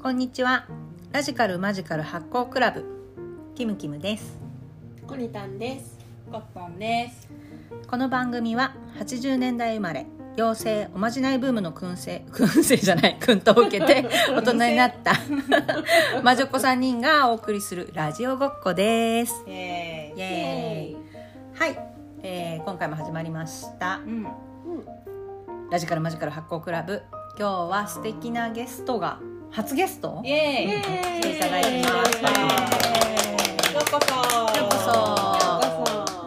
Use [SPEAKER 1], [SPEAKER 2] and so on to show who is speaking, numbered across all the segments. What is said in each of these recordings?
[SPEAKER 1] こんにちはラジカルマジカル発行クラブキムキムです
[SPEAKER 2] コニタンです。
[SPEAKER 3] コットンです。
[SPEAKER 1] この番組は80年代生まれ妖精おまじないブームの燻製 燻製じゃない燻と受けて大人になった 魔女っ子3人がお送りするラジオごっこです
[SPEAKER 3] イエ
[SPEAKER 1] イ
[SPEAKER 3] ーイ。
[SPEAKER 1] エーイ
[SPEAKER 2] イエ
[SPEAKER 1] はい、えー今回も始まりました
[SPEAKER 3] うん。
[SPEAKER 2] うん、
[SPEAKER 1] ラジカルマジカル発行クラブ今日は素敵なゲストが初ゲスト
[SPEAKER 3] イエーイ。
[SPEAKER 2] イエーイ
[SPEAKER 1] いただきました
[SPEAKER 3] ようこそ。
[SPEAKER 1] ようこそ
[SPEAKER 2] ようこ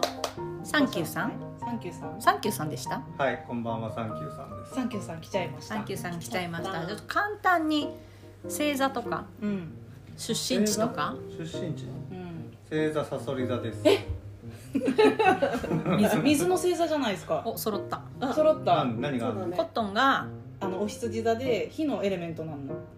[SPEAKER 1] サンキューさん
[SPEAKER 3] サンキューさん。
[SPEAKER 1] サンキューさんでした
[SPEAKER 4] はい、こんばんは、サンキューさんです。
[SPEAKER 3] サンキューさん来ちゃいました。
[SPEAKER 1] サンキューさん来ちゃいまし
[SPEAKER 2] やったた
[SPEAKER 1] ちょっと簡単に星座とか
[SPEAKER 3] うん。
[SPEAKER 1] 出身地とか
[SPEAKER 4] 出身地、
[SPEAKER 3] うん。
[SPEAKER 4] 星座さそり座です。え、
[SPEAKER 3] 水水の星座じゃないですか。
[SPEAKER 1] お揃った
[SPEAKER 2] あ
[SPEAKER 3] 揃った。
[SPEAKER 4] 何がある
[SPEAKER 2] そうだ
[SPEAKER 4] の
[SPEAKER 2] ね
[SPEAKER 1] コットンが
[SPEAKER 3] あのお羊座で火のエレメントなの。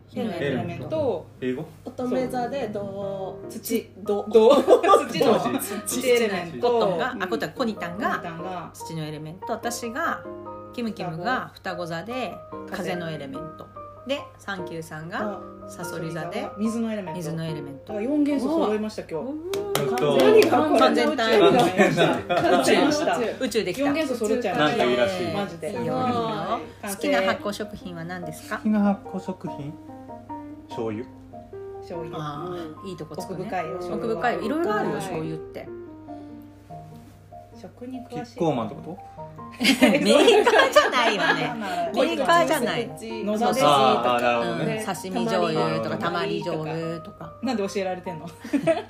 [SPEAKER 3] 火のエレメント。
[SPEAKER 4] 英語。
[SPEAKER 2] 乙女座でどう
[SPEAKER 3] 土
[SPEAKER 2] ど
[SPEAKER 3] 土土の
[SPEAKER 4] 土
[SPEAKER 3] 土エレメ
[SPEAKER 1] コ
[SPEAKER 3] ン
[SPEAKER 1] ッ
[SPEAKER 3] ト。
[SPEAKER 1] トンが、あコット
[SPEAKER 3] タ
[SPEAKER 1] ンコニタン
[SPEAKER 3] が。
[SPEAKER 1] が土のエレメント私がキムキムが双子座で風のエレメントでサンキューさんがサソリ座で
[SPEAKER 3] 水のエレメント。
[SPEAKER 1] 水のエレメン
[SPEAKER 3] だ
[SPEAKER 1] ト
[SPEAKER 3] から四元素揃いました今日。
[SPEAKER 4] えっと
[SPEAKER 2] 何がこれ
[SPEAKER 1] 完全体
[SPEAKER 2] 完
[SPEAKER 4] 完全体
[SPEAKER 3] 完全ました。
[SPEAKER 1] 宇宙できた
[SPEAKER 3] 四元素揃っちゃいました。
[SPEAKER 4] なんかいいらしい
[SPEAKER 3] マジ
[SPEAKER 1] い
[SPEAKER 3] で。
[SPEAKER 1] いよいい
[SPEAKER 2] す
[SPEAKER 1] よ
[SPEAKER 2] ごい
[SPEAKER 1] 好きな発酵食品は何ですか
[SPEAKER 4] 好きな発酵食品。醤油。
[SPEAKER 3] 醤油。
[SPEAKER 1] ああいいとこつく
[SPEAKER 3] 奥
[SPEAKER 1] ね
[SPEAKER 3] 深いよ。
[SPEAKER 1] 奥深いよいろいろあるよ
[SPEAKER 2] はい
[SPEAKER 1] 醤油って
[SPEAKER 3] 食に
[SPEAKER 4] キ
[SPEAKER 3] 詳し
[SPEAKER 4] ッ
[SPEAKER 3] い。
[SPEAKER 4] コーマンってこと。
[SPEAKER 1] メーカーじゃないわね
[SPEAKER 3] ね
[SPEAKER 1] メーカーじゃない
[SPEAKER 2] 野
[SPEAKER 3] そうそ
[SPEAKER 2] 田で
[SPEAKER 3] う
[SPEAKER 4] ああ、なるほど
[SPEAKER 1] うん
[SPEAKER 4] ね。
[SPEAKER 1] 刺身醤油とかたまり醤油とか
[SPEAKER 3] なんで教えられてんの？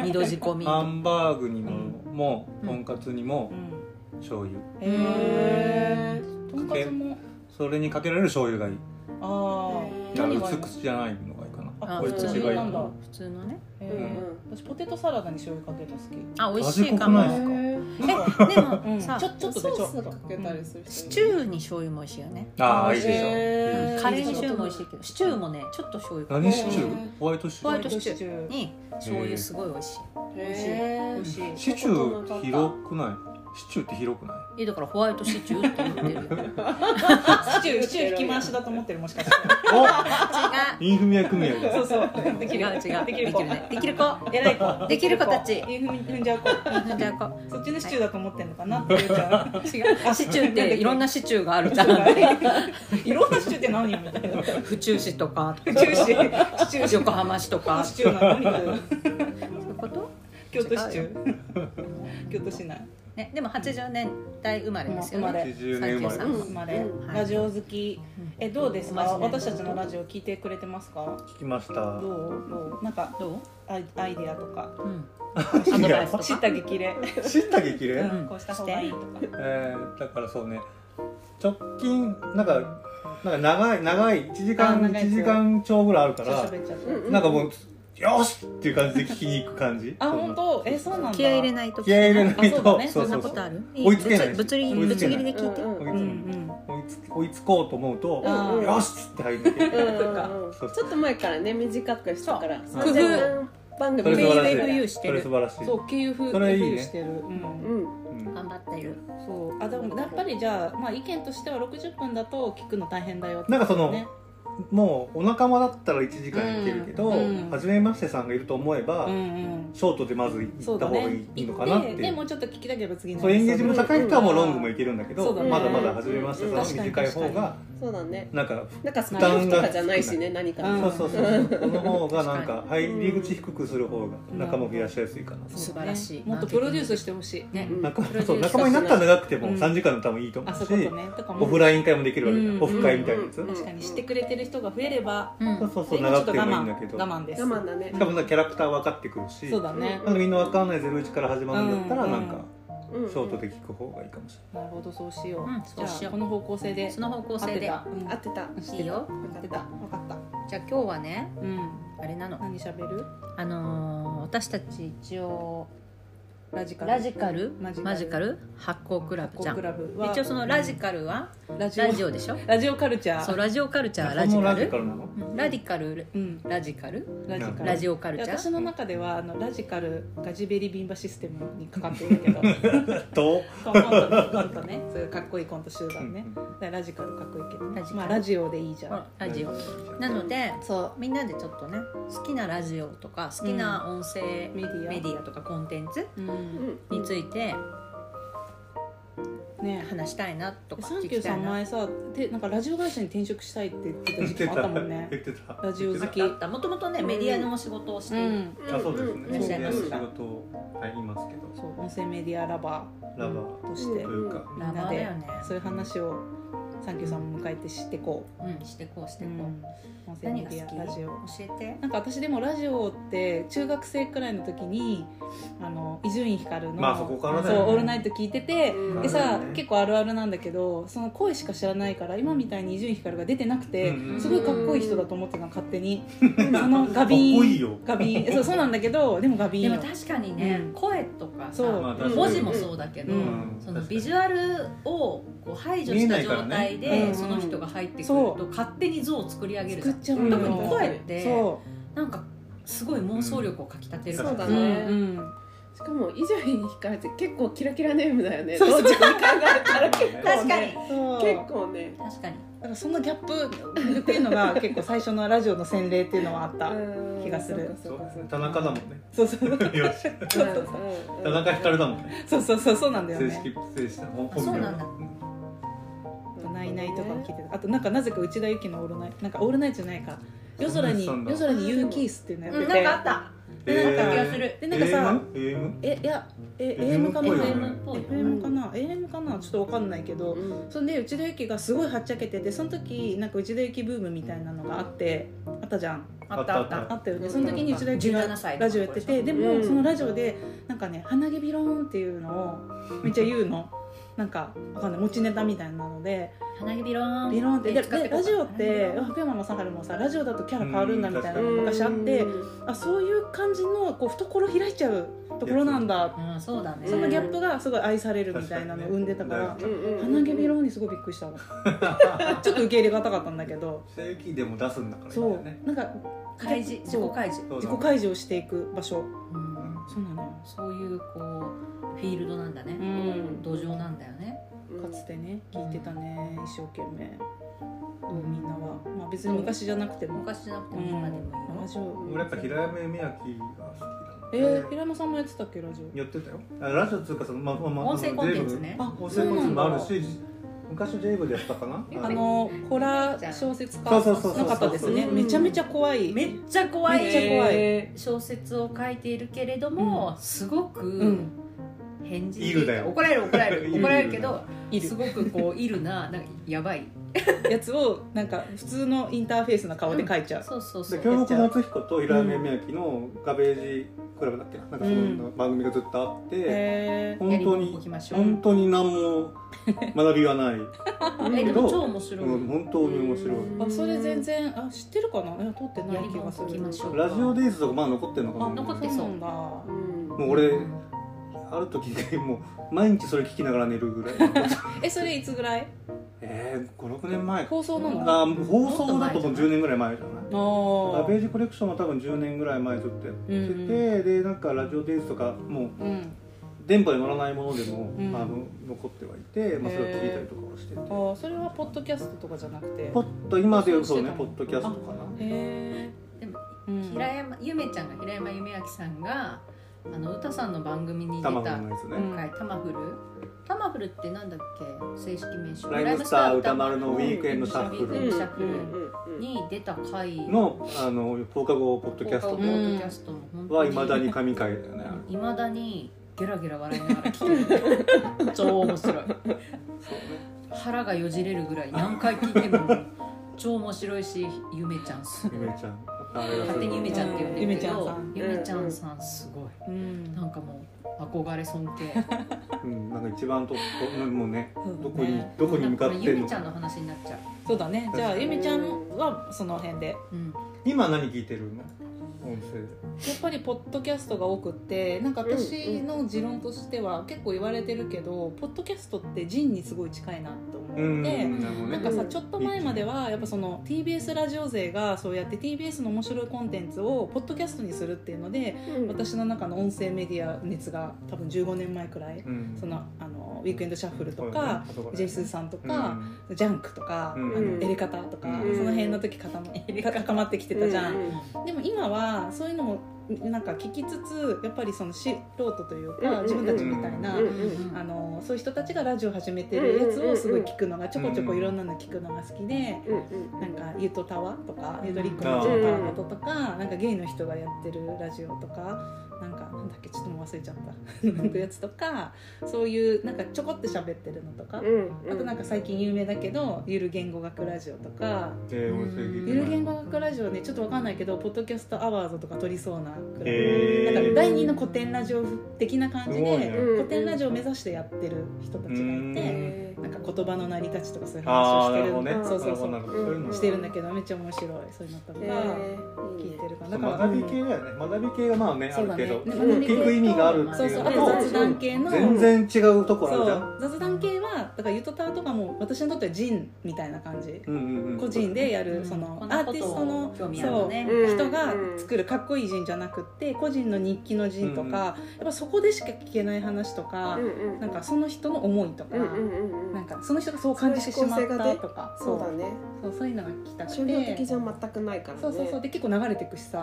[SPEAKER 1] 二度仕込み
[SPEAKER 4] ハンバーグにも、も
[SPEAKER 1] う
[SPEAKER 4] うんとんかつにも
[SPEAKER 3] う、ん。
[SPEAKER 4] 醤油。
[SPEAKER 3] へえ。とんかつも。
[SPEAKER 4] それにかけられる醤油がいい。
[SPEAKER 3] あ
[SPEAKER 4] だから、
[SPEAKER 3] 何がいい
[SPEAKER 4] 薄口じゃないのがいいかな。
[SPEAKER 3] あ。
[SPEAKER 1] あ
[SPEAKER 3] これ
[SPEAKER 1] 普
[SPEAKER 3] 普
[SPEAKER 1] 通
[SPEAKER 3] 通
[SPEAKER 1] の
[SPEAKER 3] なんだ。
[SPEAKER 1] 普通のね
[SPEAKER 3] へ
[SPEAKER 2] うんう
[SPEAKER 3] え。
[SPEAKER 2] ん
[SPEAKER 3] 私ポテトサラダに醤油かけるの好
[SPEAKER 1] あ美味しいか
[SPEAKER 4] 味濃く
[SPEAKER 1] も
[SPEAKER 4] な
[SPEAKER 1] えでも
[SPEAKER 3] うん
[SPEAKER 1] さ
[SPEAKER 3] ちょっと
[SPEAKER 2] ちょっとで
[SPEAKER 3] ソ
[SPEAKER 2] ソ
[SPEAKER 3] ー
[SPEAKER 2] ー
[SPEAKER 3] ス
[SPEAKER 2] ス
[SPEAKER 3] か
[SPEAKER 2] か
[SPEAKER 3] け
[SPEAKER 2] け
[SPEAKER 3] た
[SPEAKER 2] た
[SPEAKER 3] り
[SPEAKER 2] り
[SPEAKER 3] す
[SPEAKER 2] する
[SPEAKER 1] シチューに醤油も美味しいよね
[SPEAKER 4] ああ、いいでしょう
[SPEAKER 2] へ
[SPEAKER 4] ん
[SPEAKER 2] ー
[SPEAKER 1] カレーに醤油も美味しいけどシチューもねちょっと醤油
[SPEAKER 4] 何シチュ
[SPEAKER 2] へ
[SPEAKER 4] ー。
[SPEAKER 2] ー
[SPEAKER 4] ホワイトシチ
[SPEAKER 1] ホワイ
[SPEAKER 4] ュ
[SPEAKER 1] ト
[SPEAKER 4] ー。
[SPEAKER 1] シチュー
[SPEAKER 3] ー。
[SPEAKER 1] に醤油すごい美味し
[SPEAKER 2] へ
[SPEAKER 3] 美
[SPEAKER 2] ー
[SPEAKER 3] 味しい。
[SPEAKER 4] シチュー広くない。シチューって広くない。
[SPEAKER 1] いいだからホワイトシチューって言ってるよ
[SPEAKER 3] シチュー、シチュー引き回しだと思ってるもしかして。
[SPEAKER 4] お、インフミヤ組合だ。
[SPEAKER 3] そうそう。
[SPEAKER 1] 違う違う違うで
[SPEAKER 3] で
[SPEAKER 1] き
[SPEAKER 3] き
[SPEAKER 1] る
[SPEAKER 3] る
[SPEAKER 1] 子
[SPEAKER 3] 子
[SPEAKER 1] ねできる子
[SPEAKER 3] 偉い子。
[SPEAKER 1] できる子たち
[SPEAKER 3] 踏ん踏んじゃう子。
[SPEAKER 1] じゃあこ
[SPEAKER 3] そっちのシチューだと思ってんのかなって言っちゃう。
[SPEAKER 1] う違うシチューっていろんなシチューがあるじゃん
[SPEAKER 3] いろんなシチューって何よみたいな。
[SPEAKER 1] 府中市とか
[SPEAKER 3] シチューシシチューシ
[SPEAKER 1] 横浜市と
[SPEAKER 3] この
[SPEAKER 1] か
[SPEAKER 3] シ
[SPEAKER 1] そ
[SPEAKER 3] チューなのみたいな。
[SPEAKER 1] ういうこと、
[SPEAKER 3] 京都シチュー。京都市内。
[SPEAKER 1] ね、でも80年代生まれですよ
[SPEAKER 3] 生ま
[SPEAKER 1] ね
[SPEAKER 3] れ
[SPEAKER 4] 八十年生まれ
[SPEAKER 1] う
[SPEAKER 4] で
[SPEAKER 1] ん
[SPEAKER 4] す。
[SPEAKER 3] 生まれ
[SPEAKER 2] うん
[SPEAKER 1] はい
[SPEAKER 3] ラジオ好き
[SPEAKER 1] うん
[SPEAKER 3] えどうです
[SPEAKER 1] おま
[SPEAKER 3] か
[SPEAKER 1] じない
[SPEAKER 3] 私たちのラジオ聞いてくれてますか
[SPEAKER 4] 聞きました。
[SPEAKER 3] どうどうなんか
[SPEAKER 1] ど
[SPEAKER 3] アイアイディアとか
[SPEAKER 1] う、うん、
[SPEAKER 4] ア
[SPEAKER 1] ドバイスとか
[SPEAKER 3] 知った激励
[SPEAKER 4] しった激励、
[SPEAKER 1] ん
[SPEAKER 3] こうした方がいいとか
[SPEAKER 4] えー、だからそうね直近なんかなんか長い長い1時
[SPEAKER 3] あ
[SPEAKER 4] 間
[SPEAKER 3] 長いやつ
[SPEAKER 4] 1時間超ぐらいあるか
[SPEAKER 3] ちょっと
[SPEAKER 4] ら
[SPEAKER 3] 喋っちゃっ
[SPEAKER 2] うん
[SPEAKER 3] た
[SPEAKER 4] なんかもう「よし!」っていう感じで聞きに行く感じ
[SPEAKER 3] あ
[SPEAKER 4] その
[SPEAKER 3] 本当えそうなんだ
[SPEAKER 1] 気合い入れないと
[SPEAKER 4] 気合い入れないと
[SPEAKER 1] あそうだね
[SPEAKER 4] そ
[SPEAKER 1] そ
[SPEAKER 4] うんそ
[SPEAKER 1] な
[SPEAKER 4] うそう
[SPEAKER 1] ことある
[SPEAKER 4] 追いつけない
[SPEAKER 1] ぶつぶつり
[SPEAKER 4] 追
[SPEAKER 1] ぶ
[SPEAKER 4] いつけ
[SPEAKER 1] つ
[SPEAKER 4] ない
[SPEAKER 1] 切りで聞いて、
[SPEAKER 2] うん
[SPEAKER 4] 追
[SPEAKER 2] う
[SPEAKER 4] い
[SPEAKER 2] ん
[SPEAKER 3] うん
[SPEAKER 4] つ
[SPEAKER 3] うん
[SPEAKER 4] 追いつ追いつこうと思うと
[SPEAKER 2] うん
[SPEAKER 4] 「
[SPEAKER 2] うん
[SPEAKER 4] よし!」って入って
[SPEAKER 2] うんうんうん
[SPEAKER 4] そうそう
[SPEAKER 2] ちょっと前からね短くしたから
[SPEAKER 4] そう
[SPEAKER 2] 3000
[SPEAKER 1] 工
[SPEAKER 2] 番
[SPEAKER 4] そ
[SPEAKER 2] 組
[SPEAKER 4] れ素晴らし
[SPEAKER 1] 経由
[SPEAKER 4] い
[SPEAKER 1] FU して
[SPEAKER 4] そ
[SPEAKER 1] る
[SPEAKER 4] れ素晴らしい
[SPEAKER 3] そう経由風
[SPEAKER 4] それいいね
[SPEAKER 3] 経由してるうん
[SPEAKER 2] うん
[SPEAKER 4] うん
[SPEAKER 1] 頑張ってる
[SPEAKER 3] そうあでもやっぱりじゃあまあ意見としては60分だと聞くの大変だよって
[SPEAKER 4] なんかその
[SPEAKER 3] ね
[SPEAKER 4] もうお仲間だったら1時間いけるけど、
[SPEAKER 3] うん
[SPEAKER 4] 初めましてさんがいると思えば、
[SPEAKER 3] うんうん
[SPEAKER 4] ショートでまず行
[SPEAKER 3] そう
[SPEAKER 4] った
[SPEAKER 3] だ
[SPEAKER 4] 方
[SPEAKER 3] ね
[SPEAKER 4] がいいのかなってい
[SPEAKER 3] 行
[SPEAKER 4] う
[SPEAKER 3] てでもうちょっと聞きたければ次の
[SPEAKER 4] そうエンゲージも
[SPEAKER 3] も
[SPEAKER 4] 高い人はもうロングもいけるんだけ
[SPEAKER 3] そ
[SPEAKER 4] ど
[SPEAKER 3] うだね
[SPEAKER 4] まだまだ初めましてさの短い方が
[SPEAKER 2] そうだね
[SPEAKER 4] なんか
[SPEAKER 2] なんかスピーフとかじゃないしね何か
[SPEAKER 3] う
[SPEAKER 2] ね
[SPEAKER 3] ん
[SPEAKER 4] そうそ うそうこの方がなんか入
[SPEAKER 2] に
[SPEAKER 4] り口低くする方が
[SPEAKER 3] うん
[SPEAKER 4] 仲間増やしやすいかな
[SPEAKER 1] そう素晴らしい
[SPEAKER 3] もっとプロデュースしてほしい
[SPEAKER 1] ね
[SPEAKER 2] うん
[SPEAKER 4] 仲
[SPEAKER 1] プロデュース
[SPEAKER 4] そう仲間になったら長くても
[SPEAKER 3] うん
[SPEAKER 4] 3時間の多分いいと思
[SPEAKER 3] あ
[SPEAKER 4] う
[SPEAKER 3] そう
[SPEAKER 4] し
[SPEAKER 3] いうことねとかも
[SPEAKER 4] オフライン会もできるわけじゃ
[SPEAKER 3] うんん
[SPEAKER 4] オフ会みたいなやつ
[SPEAKER 2] うんうん
[SPEAKER 3] 確かにしてくれてる人が増えれば
[SPEAKER 1] うん
[SPEAKER 4] そうそうそう
[SPEAKER 3] 今ちょ
[SPEAKER 4] 長
[SPEAKER 3] っと
[SPEAKER 4] くてもいい
[SPEAKER 3] 我
[SPEAKER 4] んだけ
[SPEAKER 3] 慢
[SPEAKER 4] ど
[SPEAKER 3] 我慢です
[SPEAKER 2] 我慢だね
[SPEAKER 4] しかもなんかキャラクター分かってくるし
[SPEAKER 3] そうだね
[SPEAKER 4] なんかみんな分かんない『ゼロイチから始まるんだったらなんか
[SPEAKER 2] うん
[SPEAKER 4] ショートで聞く方がいいかもし
[SPEAKER 3] なるほどそうしよ
[SPEAKER 1] う
[SPEAKER 3] う、
[SPEAKER 1] ん
[SPEAKER 3] じ
[SPEAKER 1] そうしよう
[SPEAKER 3] ゃあこの方向性で
[SPEAKER 1] その方向性で
[SPEAKER 3] 合って
[SPEAKER 2] 合ってた
[SPEAKER 3] た
[SPEAKER 1] いいよ
[SPEAKER 3] 合ってた分かった
[SPEAKER 1] じゃあ今日はね
[SPEAKER 3] うん
[SPEAKER 1] あれなの
[SPEAKER 3] 何喋る
[SPEAKER 1] あのー私たち一応
[SPEAKER 3] ラジカル
[SPEAKER 1] ラジカル
[SPEAKER 3] マジカル
[SPEAKER 1] マジカル発酵クラブ
[SPEAKER 3] コ
[SPEAKER 1] じゃ
[SPEAKER 3] ク
[SPEAKER 1] ん
[SPEAKER 3] ラブは
[SPEAKER 1] 一応そのラジカルは
[SPEAKER 3] ラジオ
[SPEAKER 1] ラジオでしょ
[SPEAKER 3] ラジオカルチャー
[SPEAKER 1] そうラジオカルチャーラ
[SPEAKER 4] そ
[SPEAKER 1] ジ
[SPEAKER 4] の
[SPEAKER 1] カ
[SPEAKER 4] ラジ
[SPEAKER 1] ル
[SPEAKER 4] カルなの
[SPEAKER 1] うんラディカル
[SPEAKER 3] うん
[SPEAKER 1] ラジカル
[SPEAKER 3] ラジカル
[SPEAKER 1] ラジオカルチャ
[SPEAKER 3] 私
[SPEAKER 1] ー
[SPEAKER 3] の中ではあのラジカルガジベリビンバシステムにかかってるけ ど
[SPEAKER 4] と
[SPEAKER 3] コンコントねコントねそういうかっこいいコント集団ね
[SPEAKER 4] うん
[SPEAKER 3] だからラジカルかっこいいけどね
[SPEAKER 1] ラジカル
[SPEAKER 3] まあラジオでいいじゃん
[SPEAKER 1] あラジオなので
[SPEAKER 3] そ
[SPEAKER 1] みんなでちょっとね好きなラジオとか好きな音声
[SPEAKER 3] う
[SPEAKER 1] メ
[SPEAKER 3] メディア
[SPEAKER 1] ディアとかコンテンツ
[SPEAKER 3] う
[SPEAKER 2] うんん
[SPEAKER 1] について
[SPEAKER 3] ね
[SPEAKER 1] 話したいなとか
[SPEAKER 3] サン
[SPEAKER 1] 聞
[SPEAKER 3] キュ
[SPEAKER 1] き
[SPEAKER 3] ー
[SPEAKER 1] た
[SPEAKER 3] さ
[SPEAKER 1] い
[SPEAKER 3] ん
[SPEAKER 1] な
[SPEAKER 3] 前さでなんかラジオ会社に転職したいって言ってた
[SPEAKER 4] 言っ
[SPEAKER 3] 時期
[SPEAKER 4] て
[SPEAKER 3] もあ
[SPEAKER 4] た
[SPEAKER 3] ったもんね
[SPEAKER 4] 言ってた
[SPEAKER 3] ラジオ好き
[SPEAKER 1] あったもともとねメディアのお仕事をしている、
[SPEAKER 3] うん
[SPEAKER 4] あそうです
[SPEAKER 2] ん
[SPEAKER 1] いら
[SPEAKER 4] ね
[SPEAKER 1] っ
[SPEAKER 4] そ
[SPEAKER 1] しゃい
[SPEAKER 4] うい
[SPEAKER 1] ま
[SPEAKER 4] う
[SPEAKER 1] し
[SPEAKER 4] 仕
[SPEAKER 1] た
[SPEAKER 4] 事をはいいますけど
[SPEAKER 3] そう音声メディアラバ
[SPEAKER 4] ラ
[SPEAKER 3] ー
[SPEAKER 4] バー
[SPEAKER 3] として
[SPEAKER 4] と
[SPEAKER 2] う
[SPEAKER 4] い
[SPEAKER 2] ん
[SPEAKER 4] うか
[SPEAKER 3] み
[SPEAKER 1] ラ
[SPEAKER 3] んな
[SPEAKER 1] バーだ
[SPEAKER 3] で
[SPEAKER 1] よね
[SPEAKER 3] そういう話をサンキューさんも迎えてしてこ
[SPEAKER 1] うんしてこうし
[SPEAKER 3] う
[SPEAKER 1] てこう、
[SPEAKER 3] 音声
[SPEAKER 1] 何
[SPEAKER 3] メ
[SPEAKER 1] が
[SPEAKER 3] ディ
[SPEAKER 1] 好き
[SPEAKER 3] アラジオ
[SPEAKER 1] 教えて
[SPEAKER 3] なんか私でもラジオって中学生くらいの時にあの伊集院光の「
[SPEAKER 4] まあそこからだ
[SPEAKER 3] そう
[SPEAKER 4] よね
[SPEAKER 3] オールナイト」聞いてて、
[SPEAKER 2] うん
[SPEAKER 3] でさ、
[SPEAKER 4] うん
[SPEAKER 3] 結構あるあるなんだけどその声しか知らないから今みたいに伊集院光が出てなくて、
[SPEAKER 4] うん
[SPEAKER 3] すごいかっこいい人だと思ってたの勝手にそのガビ
[SPEAKER 4] かっこ
[SPEAKER 3] ン
[SPEAKER 4] いいよ
[SPEAKER 3] ガビンそうそうなんだけどでもガビン
[SPEAKER 1] でも
[SPEAKER 3] よ
[SPEAKER 1] 確かにね、
[SPEAKER 3] うん
[SPEAKER 1] 声とかさ
[SPEAKER 3] そう
[SPEAKER 4] まあ確かに
[SPEAKER 1] 文字もそうだけど、
[SPEAKER 3] うん
[SPEAKER 1] そのビジュアルをこう排除した状態で、
[SPEAKER 3] 見えないからねうん
[SPEAKER 1] その人が入ってくる
[SPEAKER 3] そ
[SPEAKER 1] と勝手に像を作り上げるじ
[SPEAKER 3] 作
[SPEAKER 1] ゃ
[SPEAKER 3] っ
[SPEAKER 1] ん
[SPEAKER 3] ちゃう
[SPEAKER 1] 特
[SPEAKER 3] の
[SPEAKER 2] うん
[SPEAKER 1] に声って
[SPEAKER 3] そ
[SPEAKER 1] なんかすごい妄想力をかきたてるから
[SPEAKER 2] そうだ
[SPEAKER 3] う、う
[SPEAKER 2] ね
[SPEAKER 3] んうん、
[SPEAKER 2] しかも以上に光って結構キラキラネームだよね
[SPEAKER 3] そうそう
[SPEAKER 2] 同時に考えたら結構ね
[SPEAKER 1] 確かに
[SPEAKER 3] そう
[SPEAKER 2] 結構ね
[SPEAKER 1] 確かに
[SPEAKER 3] だからそのギャップっていうのが結構最初のラジオの洗礼っていうのはあった、
[SPEAKER 2] うん
[SPEAKER 3] 気がする
[SPEAKER 2] そうかそうか
[SPEAKER 4] 田中だもんね
[SPEAKER 3] そうそう
[SPEAKER 4] よし
[SPEAKER 3] そうそうそう
[SPEAKER 2] うんうん
[SPEAKER 4] 田中ひかるだもんね
[SPEAKER 3] そうそうそうそうなんだよ
[SPEAKER 4] 正
[SPEAKER 3] ね
[SPEAKER 4] 式正式本
[SPEAKER 1] あそうなんだ
[SPEAKER 4] 本
[SPEAKER 3] あとナイナイとかも聞いてたあとなんかなぜか内田有紀のオールナイトなんかオールナイトじゃないか夜空に
[SPEAKER 4] そうなんだ
[SPEAKER 3] 夜空にユーキースっていうのやっ
[SPEAKER 1] う
[SPEAKER 3] て
[SPEAKER 1] ん
[SPEAKER 3] て、
[SPEAKER 1] なんかあった
[SPEAKER 4] 名
[SPEAKER 3] なんか
[SPEAKER 1] 気
[SPEAKER 4] え
[SPEAKER 1] がする
[SPEAKER 3] でなんかさ
[SPEAKER 4] AM? AM?
[SPEAKER 3] えいやえ
[SPEAKER 4] FM
[SPEAKER 3] AM かな
[SPEAKER 4] ぽいよね
[SPEAKER 1] FM っぽいよね
[SPEAKER 3] FM かな AM かなちょっとわかんないけど、
[SPEAKER 2] うん
[SPEAKER 3] そんで内田有紀がすごいはっちゃけててその時なんか内田有紀ブームみたいなのがあってあったじゃん
[SPEAKER 1] あったあった
[SPEAKER 4] あった
[SPEAKER 3] あったよね
[SPEAKER 2] うん
[SPEAKER 3] その時に内田有紀が
[SPEAKER 1] 17歳とか
[SPEAKER 3] ラジオやっててで
[SPEAKER 2] う
[SPEAKER 3] も
[SPEAKER 2] ん
[SPEAKER 3] そのラジオでなんかね「鼻毛ビローン」っていうのをめっちゃ言うのなんかわかんない持ちネタみたいなので
[SPEAKER 1] 鼻毛ビローン
[SPEAKER 3] ビローンってで
[SPEAKER 1] 使って
[SPEAKER 3] で
[SPEAKER 1] こう
[SPEAKER 3] ラジオってうわ福山雅治もさラジオだとキャラ変わるんだみたいなのが昔あってあそういう感じのこう懐開いちゃうところなんだ
[SPEAKER 1] うんそうだね
[SPEAKER 3] そのギャップがすごい愛されるみたいなのを生んでたから
[SPEAKER 4] 確
[SPEAKER 2] うんうん
[SPEAKER 3] 鼻毛ビローンにすごいびっくりしたのちょっと受け入れがたかったんだけど
[SPEAKER 4] 正規でも出すんだからいい
[SPEAKER 3] そ
[SPEAKER 4] んだよ
[SPEAKER 3] う
[SPEAKER 4] ね
[SPEAKER 3] なんか
[SPEAKER 1] 開示自
[SPEAKER 3] そう
[SPEAKER 1] 己開示、
[SPEAKER 4] そう
[SPEAKER 3] 自
[SPEAKER 4] だ
[SPEAKER 3] 己開示をしていく場所
[SPEAKER 1] うん
[SPEAKER 3] そうなのよ
[SPEAKER 1] そういうこうフィールドなんだね、
[SPEAKER 3] うん
[SPEAKER 1] 土壌なんだよね
[SPEAKER 2] うん
[SPEAKER 3] かつてね聞いてたね一生懸命うんみんなはまあ別に昔じゃなくても
[SPEAKER 1] 昔じゃなくて
[SPEAKER 3] う
[SPEAKER 1] も
[SPEAKER 3] ん
[SPEAKER 1] 今でもいいよ、
[SPEAKER 3] ラジオ
[SPEAKER 4] 俺やっぱ平山みやきが好きだ
[SPEAKER 3] え
[SPEAKER 4] ね
[SPEAKER 3] ー平山さんもやってたっけラジオ
[SPEAKER 4] やってたよあラジオっていうかそのまあまあまあ
[SPEAKER 1] 音声コンテンツね
[SPEAKER 4] 全部音声コンテンツもあるし昔ジェイブでやったかな
[SPEAKER 3] あのホラー小説家
[SPEAKER 4] そうそうそうそう
[SPEAKER 3] の方ですね
[SPEAKER 2] うん
[SPEAKER 3] めちゃめちゃ怖い
[SPEAKER 1] めっちゃ怖い
[SPEAKER 3] めっちゃ怖い
[SPEAKER 1] えー小説を書いているけれども、すご
[SPEAKER 3] う
[SPEAKER 1] く
[SPEAKER 3] ん
[SPEAKER 1] 返事、
[SPEAKER 4] イルだよ
[SPEAKER 1] 怒られる怒られ
[SPEAKER 4] イ
[SPEAKER 1] る
[SPEAKER 4] ル
[SPEAKER 1] 怒られるけど
[SPEAKER 3] い
[SPEAKER 1] す
[SPEAKER 3] る
[SPEAKER 1] ごくこういるななんかやばい
[SPEAKER 3] やつをなんか普通のインターフェースな顔で書いちゃう
[SPEAKER 1] そうそうそ
[SPEAKER 4] で
[SPEAKER 1] う
[SPEAKER 4] 京極夏彦と平山みやきのガベージクラブだっけななんかその番組がずっとあって、
[SPEAKER 3] へー
[SPEAKER 1] や
[SPEAKER 4] 本
[SPEAKER 1] り
[SPEAKER 4] 当
[SPEAKER 1] も置き
[SPEAKER 4] に
[SPEAKER 1] ましょう、
[SPEAKER 4] 本当に何も学びはない、
[SPEAKER 2] うん
[SPEAKER 1] えで
[SPEAKER 4] ど
[SPEAKER 1] も
[SPEAKER 4] う
[SPEAKER 1] 超面白い、
[SPEAKER 4] うん、本当に面白い、
[SPEAKER 2] うん
[SPEAKER 3] あそれ全然あ知ってるかないや通ってない気がす
[SPEAKER 1] やりもん置きましょ
[SPEAKER 3] る
[SPEAKER 1] う
[SPEAKER 4] ラジオデイズとかまだ残ってるのかな
[SPEAKER 1] あ残って
[SPEAKER 3] そうなんだ
[SPEAKER 2] うん
[SPEAKER 4] もう俺ある時ねもう毎日それ聞きながら寝るぐらい
[SPEAKER 3] えそれいつぐらい
[SPEAKER 4] えー、56年前
[SPEAKER 3] 放送なの
[SPEAKER 4] あ放送だともう10年ぐらい前じゃないラ
[SPEAKER 3] あ
[SPEAKER 4] ベージコレクションも多分10年ぐらい前ずっとやってて、
[SPEAKER 3] うんうん
[SPEAKER 4] でなんかラジオデイズとかもう
[SPEAKER 3] うん
[SPEAKER 4] 電波に乗らないものでも、
[SPEAKER 3] うん
[SPEAKER 4] あの残ってはいて、まあ、それを聞いたりとかはしてて
[SPEAKER 3] あーそれはポッドキャストとかじゃなくて
[SPEAKER 4] ポッと今で言う
[SPEAKER 3] そ
[SPEAKER 4] そうう
[SPEAKER 3] して
[SPEAKER 4] ね
[SPEAKER 3] たの
[SPEAKER 4] ポッドキャストかな
[SPEAKER 3] へ
[SPEAKER 1] でも
[SPEAKER 3] え、うん
[SPEAKER 1] 平山ゆめちゃんが平山ゆめあきさんがあの歌さんの番組に出た
[SPEAKER 4] 卵のやつね、
[SPEAKER 3] うん
[SPEAKER 1] 今回タマフルタマフルってなんだっけ正式名称
[SPEAKER 4] ライムスター歌丸のウィークエンドシャッフル
[SPEAKER 1] ウィークエンドシャッフ
[SPEAKER 2] うん
[SPEAKER 1] ル
[SPEAKER 2] うんうん
[SPEAKER 1] に出た回
[SPEAKER 4] のあの放課後ポッドキャス
[SPEAKER 1] ポ
[SPEAKER 4] ト
[SPEAKER 1] ッ
[SPEAKER 3] も
[SPEAKER 1] ドキャストも本当
[SPEAKER 4] は未だに神回だよねあれ
[SPEAKER 1] いまだにゲラゲラ笑いながら聞ける 超面白い腹がよじれるぐらい何回聞いても超面白いしゆめちゃんす
[SPEAKER 4] ゆめちゃんあれが
[SPEAKER 1] 勝
[SPEAKER 4] すご
[SPEAKER 1] 手
[SPEAKER 4] い
[SPEAKER 1] にゆめちゃんって呼んでるけど
[SPEAKER 3] うん
[SPEAKER 1] ゆめちゃんさんすごい
[SPEAKER 3] うん
[SPEAKER 1] なんかもう憧れ尊敬
[SPEAKER 4] うん、なんか一番とともうね
[SPEAKER 3] そうだね
[SPEAKER 4] どこにどこに向かって
[SPEAKER 1] ゆ
[SPEAKER 4] ん
[SPEAKER 1] め
[SPEAKER 4] の
[SPEAKER 1] ちゃんの話になっちゃう
[SPEAKER 3] そうだねじゃあゆめちゃんはその辺で
[SPEAKER 1] うん
[SPEAKER 4] 今何聞いてるのお店
[SPEAKER 3] やっぱりポッドキャストが多くってなんか私の持論としては結構言われてるけどポッドキャストってジンにすごい近いなと思って。
[SPEAKER 4] なるほど
[SPEAKER 3] なんか
[SPEAKER 4] ね
[SPEAKER 3] さちょっと前まではやっぱその TBS ラジオ勢がそうやって TBS の面白いコンテンツをポッドキャストにするっていうので私の中の音声メディア熱が多分15年前くらい
[SPEAKER 4] うん
[SPEAKER 3] そのあのウィークエンドシャッフルと
[SPEAKER 4] そうだ
[SPEAKER 3] か
[SPEAKER 4] ね後から
[SPEAKER 3] ジェイスーさんとかジャンクとかあ
[SPEAKER 4] うん
[SPEAKER 3] のエレカタとか
[SPEAKER 4] うん
[SPEAKER 3] その辺の時固ま高まってきてたじゃん。でも今はそういうのもなんか聞きつつやっぱりその素人という
[SPEAKER 2] うんうんうん
[SPEAKER 3] か自分たちみたいな、
[SPEAKER 2] うん
[SPEAKER 3] あのそういう人たちがラジオ始めてるやつをすごい聞くのがちょこちょこいろんなの聞くのが好きで。なんかゆとたわとかゆとりっ子のちょっとたわこととか、なんかゲイの人がやってるラジオとかなんかなんだっけちょっともう忘れちゃった なんかやつとかそういうなんかちょこって喋ってるのとか、あとなんか最近有名だけどゆる言語学ラジオとか、
[SPEAKER 4] えー俺それ聞いて
[SPEAKER 3] ゆ
[SPEAKER 4] ない
[SPEAKER 3] る言語学ラジオねちょっとわかんないけどポッドキャストアワードとか取りそうなくらい、
[SPEAKER 4] へー
[SPEAKER 3] なんか第二の古典ラジオ的な感じ
[SPEAKER 4] す
[SPEAKER 3] で、
[SPEAKER 4] ごいね
[SPEAKER 3] 古典ラジオを目指してやってる人たちがいて、なんか言葉の成り立ちとかそういう話
[SPEAKER 4] あ
[SPEAKER 3] をし
[SPEAKER 4] あな
[SPEAKER 3] て
[SPEAKER 4] る
[SPEAKER 3] る
[SPEAKER 4] ほどね
[SPEAKER 3] そうそうそう
[SPEAKER 4] なるほどなるほどそういうの
[SPEAKER 3] してるんだけどめっちゃ面白いそういうのとか聞いてるかなだから
[SPEAKER 4] 学び系だよね学び系がまあねあ
[SPEAKER 3] そう
[SPEAKER 4] る
[SPEAKER 3] だ
[SPEAKER 4] け
[SPEAKER 3] ね
[SPEAKER 4] ど
[SPEAKER 3] 学び系
[SPEAKER 4] 聞く意味があるって
[SPEAKER 3] そう
[SPEAKER 4] い
[SPEAKER 3] そううあ
[SPEAKER 4] の
[SPEAKER 3] と
[SPEAKER 4] と
[SPEAKER 3] 雑談系の
[SPEAKER 4] 全然違うところあるじ
[SPEAKER 3] そ
[SPEAKER 4] ゃん
[SPEAKER 3] う雑談系はだからゆとたわとかも私にとってはジンみたいな感じ
[SPEAKER 4] うんうんうん
[SPEAKER 3] 個人でや
[SPEAKER 1] う
[SPEAKER 3] る
[SPEAKER 1] ん
[SPEAKER 3] その
[SPEAKER 1] こん
[SPEAKER 3] ア
[SPEAKER 1] な
[SPEAKER 3] ー
[SPEAKER 1] こ
[SPEAKER 3] ティ
[SPEAKER 1] と
[SPEAKER 3] ストの
[SPEAKER 1] 興味あるね
[SPEAKER 3] そう人が
[SPEAKER 2] うん
[SPEAKER 3] 作るかっこいいジンじゃなくって個人の日記のジンとか
[SPEAKER 4] うん
[SPEAKER 3] やっぱそこでしか聞けない話とかなんかその人の思いとかなんかその人がそう感じてしまったとか
[SPEAKER 2] そうだね
[SPEAKER 3] そうそういうのが聞きたくて
[SPEAKER 2] 商業的じゃ全くないからね
[SPEAKER 3] そうそうそうで結構流れてくしさ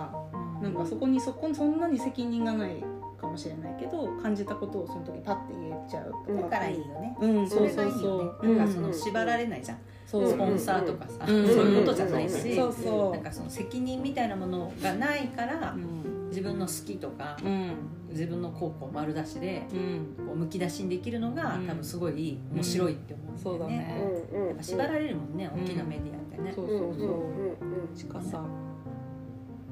[SPEAKER 3] なんかそこにそこそんなに責任がないかもしれないけど感じたことをその時パッて言えちゃうと
[SPEAKER 1] だ
[SPEAKER 3] か、
[SPEAKER 1] からいいよね
[SPEAKER 3] うん
[SPEAKER 1] そ
[SPEAKER 3] そう
[SPEAKER 1] れが
[SPEAKER 3] そ
[SPEAKER 1] いういよ
[SPEAKER 3] そ
[SPEAKER 1] ね
[SPEAKER 3] う
[SPEAKER 1] なんかその
[SPEAKER 3] うん
[SPEAKER 1] 縛られないじゃん
[SPEAKER 3] そう
[SPEAKER 1] ス
[SPEAKER 3] そう
[SPEAKER 1] ポンサーとかさそう
[SPEAKER 3] うん
[SPEAKER 1] いうことじゃないし
[SPEAKER 3] そうそ
[SPEAKER 1] なんかその責任みたいなものがないから
[SPEAKER 3] ううん
[SPEAKER 1] 自分の好きとか
[SPEAKER 3] うん
[SPEAKER 1] 自分の高校丸出しで
[SPEAKER 3] うん
[SPEAKER 1] こうむき出しにできるのが
[SPEAKER 3] うん
[SPEAKER 1] 多分すごい面白いって
[SPEAKER 3] そ
[SPEAKER 1] 思うだ
[SPEAKER 3] うんだ
[SPEAKER 1] よね。
[SPEAKER 3] ね、
[SPEAKER 1] やっぱ縛られるもんね大きなメディアってね。
[SPEAKER 3] そう
[SPEAKER 2] う
[SPEAKER 3] そ
[SPEAKER 2] ん
[SPEAKER 3] う
[SPEAKER 2] うん
[SPEAKER 3] そううん
[SPEAKER 2] うん
[SPEAKER 3] ちかさ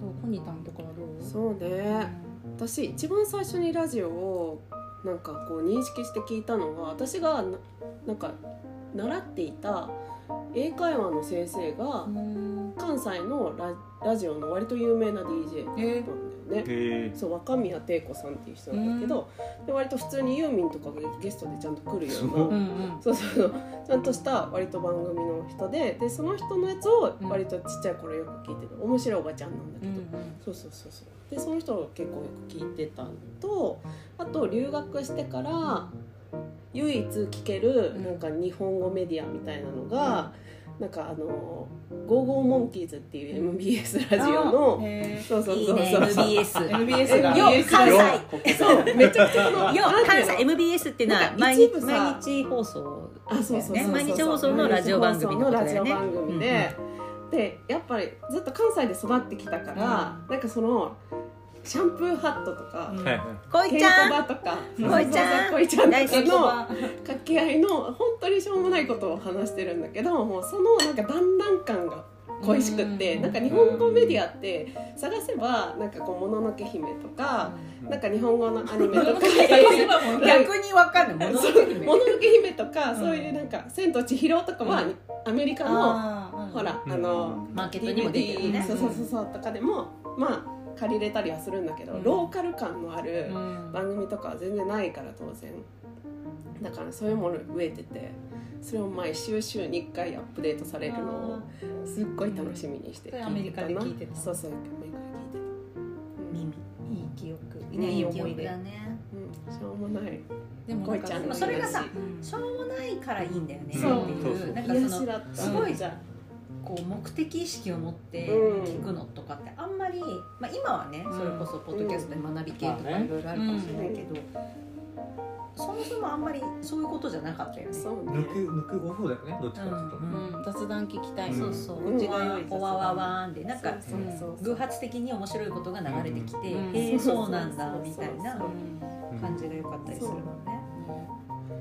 [SPEAKER 3] どうコニタンとかはどうう
[SPEAKER 2] そうね私一番最初にラジオをなんかこう認識して聞いたのは私がななんか習っていた英会話の先生が
[SPEAKER 3] ん
[SPEAKER 2] 関西のララジオの割と有名な
[SPEAKER 3] えー
[SPEAKER 2] DJ なんだよね。
[SPEAKER 4] へ
[SPEAKER 2] そう若宮亭子さんっていう人なんだけど、で割と普通にユーミンとかがゲストでちゃんと来るよ
[SPEAKER 4] す
[SPEAKER 2] う
[SPEAKER 4] ご
[SPEAKER 2] な
[SPEAKER 4] っ
[SPEAKER 3] うんうん
[SPEAKER 2] そうそうそうちゃんとした割と番組の人ででその人のやつを割とちっちゃい頃よく聞いてる面白いおばちゃんなんだけ
[SPEAKER 3] う
[SPEAKER 2] ど、
[SPEAKER 3] ん
[SPEAKER 2] そうそうそうそうでその人を結構よく聞いてたのとあと留学してから唯一聞ける
[SPEAKER 3] うん
[SPEAKER 2] なんか日本語メディアみたいなのが、なんかあの「ゴーゴーモンキーズ」っていう MBS ラジオの、
[SPEAKER 3] へ
[SPEAKER 2] そうそう
[SPEAKER 1] い
[SPEAKER 2] そ
[SPEAKER 1] いうね
[SPEAKER 2] そう
[SPEAKER 1] MBS。
[SPEAKER 3] ー
[SPEAKER 1] よ
[SPEAKER 3] MBS が
[SPEAKER 2] よ
[SPEAKER 1] 関
[SPEAKER 4] よ
[SPEAKER 1] 西。
[SPEAKER 4] ここで
[SPEAKER 2] そうめちゃくちゃその
[SPEAKER 1] よ
[SPEAKER 2] なんて
[SPEAKER 1] 関
[SPEAKER 2] いうの
[SPEAKER 1] 西 MBS っての
[SPEAKER 2] な
[SPEAKER 1] は
[SPEAKER 2] んか
[SPEAKER 1] 毎日
[SPEAKER 2] 一部さ
[SPEAKER 1] 毎日放送
[SPEAKER 2] あそうそうそうそう
[SPEAKER 1] ね毎日放送のラジオ番組のことだよね
[SPEAKER 2] 毎日放送のラジオ番組で、でやっぱりずっと関西で育ってきたから、なんかそのシャンプーハットとか、
[SPEAKER 3] うん
[SPEAKER 4] はいはい
[SPEAKER 1] こい
[SPEAKER 2] ケ
[SPEAKER 1] ち
[SPEAKER 2] ント
[SPEAKER 1] ゃん
[SPEAKER 2] バとか、
[SPEAKER 1] こいちゃん
[SPEAKER 2] こいちゃんと
[SPEAKER 1] 大好
[SPEAKER 2] か
[SPEAKER 1] き
[SPEAKER 2] の掛け合いの本当にしょうもないことを話してるんだけど、もうそのなんか団らん感が恋しくって、
[SPEAKER 3] うん
[SPEAKER 2] なんか日本語メディアって探せばなんかこうもののけ姫とか、なんか日本語のアニメとか。
[SPEAKER 1] 逆にわかんない。
[SPEAKER 2] そう もののけ姫とか、そういうなんか「千と千尋」とかは、
[SPEAKER 3] うん
[SPEAKER 2] アメリカの
[SPEAKER 3] あーうん
[SPEAKER 2] ほら、
[SPEAKER 4] うん
[SPEAKER 2] あの
[SPEAKER 1] マーケットにも出てる
[SPEAKER 2] DVD
[SPEAKER 1] ね。
[SPEAKER 2] そうそうそうそうとかでもまあ借りれたりはするんだけど、
[SPEAKER 3] うん
[SPEAKER 2] ローカル感のある
[SPEAKER 3] うん
[SPEAKER 2] 番組とかは全然ないから当然だからそういうもの増えててそれを毎週週に1回アップデートされるのをすっごい楽しみにして
[SPEAKER 3] それアメリカで聞いてた
[SPEAKER 2] そうそうアメリカで聞いて
[SPEAKER 1] 耳。
[SPEAKER 3] いい記憶
[SPEAKER 2] ね
[SPEAKER 1] い
[SPEAKER 2] い
[SPEAKER 1] い
[SPEAKER 2] い
[SPEAKER 1] 思
[SPEAKER 2] 思
[SPEAKER 1] い
[SPEAKER 2] い
[SPEAKER 1] 出
[SPEAKER 2] 出
[SPEAKER 1] だね。
[SPEAKER 2] たうん、しょうもない
[SPEAKER 3] でも
[SPEAKER 2] こいちゃん
[SPEAKER 1] でも
[SPEAKER 2] の
[SPEAKER 1] それがさ
[SPEAKER 3] うん
[SPEAKER 1] しょうもないからいいんだよね。
[SPEAKER 2] そう
[SPEAKER 1] ってい
[SPEAKER 4] そうそう
[SPEAKER 1] なんか
[SPEAKER 2] 癒
[SPEAKER 1] そ
[SPEAKER 2] し
[SPEAKER 1] の
[SPEAKER 2] だった
[SPEAKER 1] すごい
[SPEAKER 2] じゃん
[SPEAKER 1] こう目的意識を持って
[SPEAKER 2] うん
[SPEAKER 1] 聞くのとかってあんまり、まあ、今はねそれこそポッドキャストで学び系とか
[SPEAKER 4] うん
[SPEAKER 1] いろいろあるかもしれないけど、そもそもあんまりそういうことじゃなかったよね。
[SPEAKER 2] そうね
[SPEAKER 4] 抜く抜くご夫だよねどっちかっていうと
[SPEAKER 1] うん
[SPEAKER 3] うん雑談聞きたい
[SPEAKER 1] そううんそう、
[SPEAKER 2] うん
[SPEAKER 1] うちがおわわわーんでなんか
[SPEAKER 2] そうそうそう
[SPEAKER 1] 偶発的に面白いことが流れてきて、
[SPEAKER 3] うん
[SPEAKER 1] へえそうなんだみたい
[SPEAKER 2] そ
[SPEAKER 1] な
[SPEAKER 2] うそう
[SPEAKER 3] うん
[SPEAKER 1] 感じが良かったりするもんね。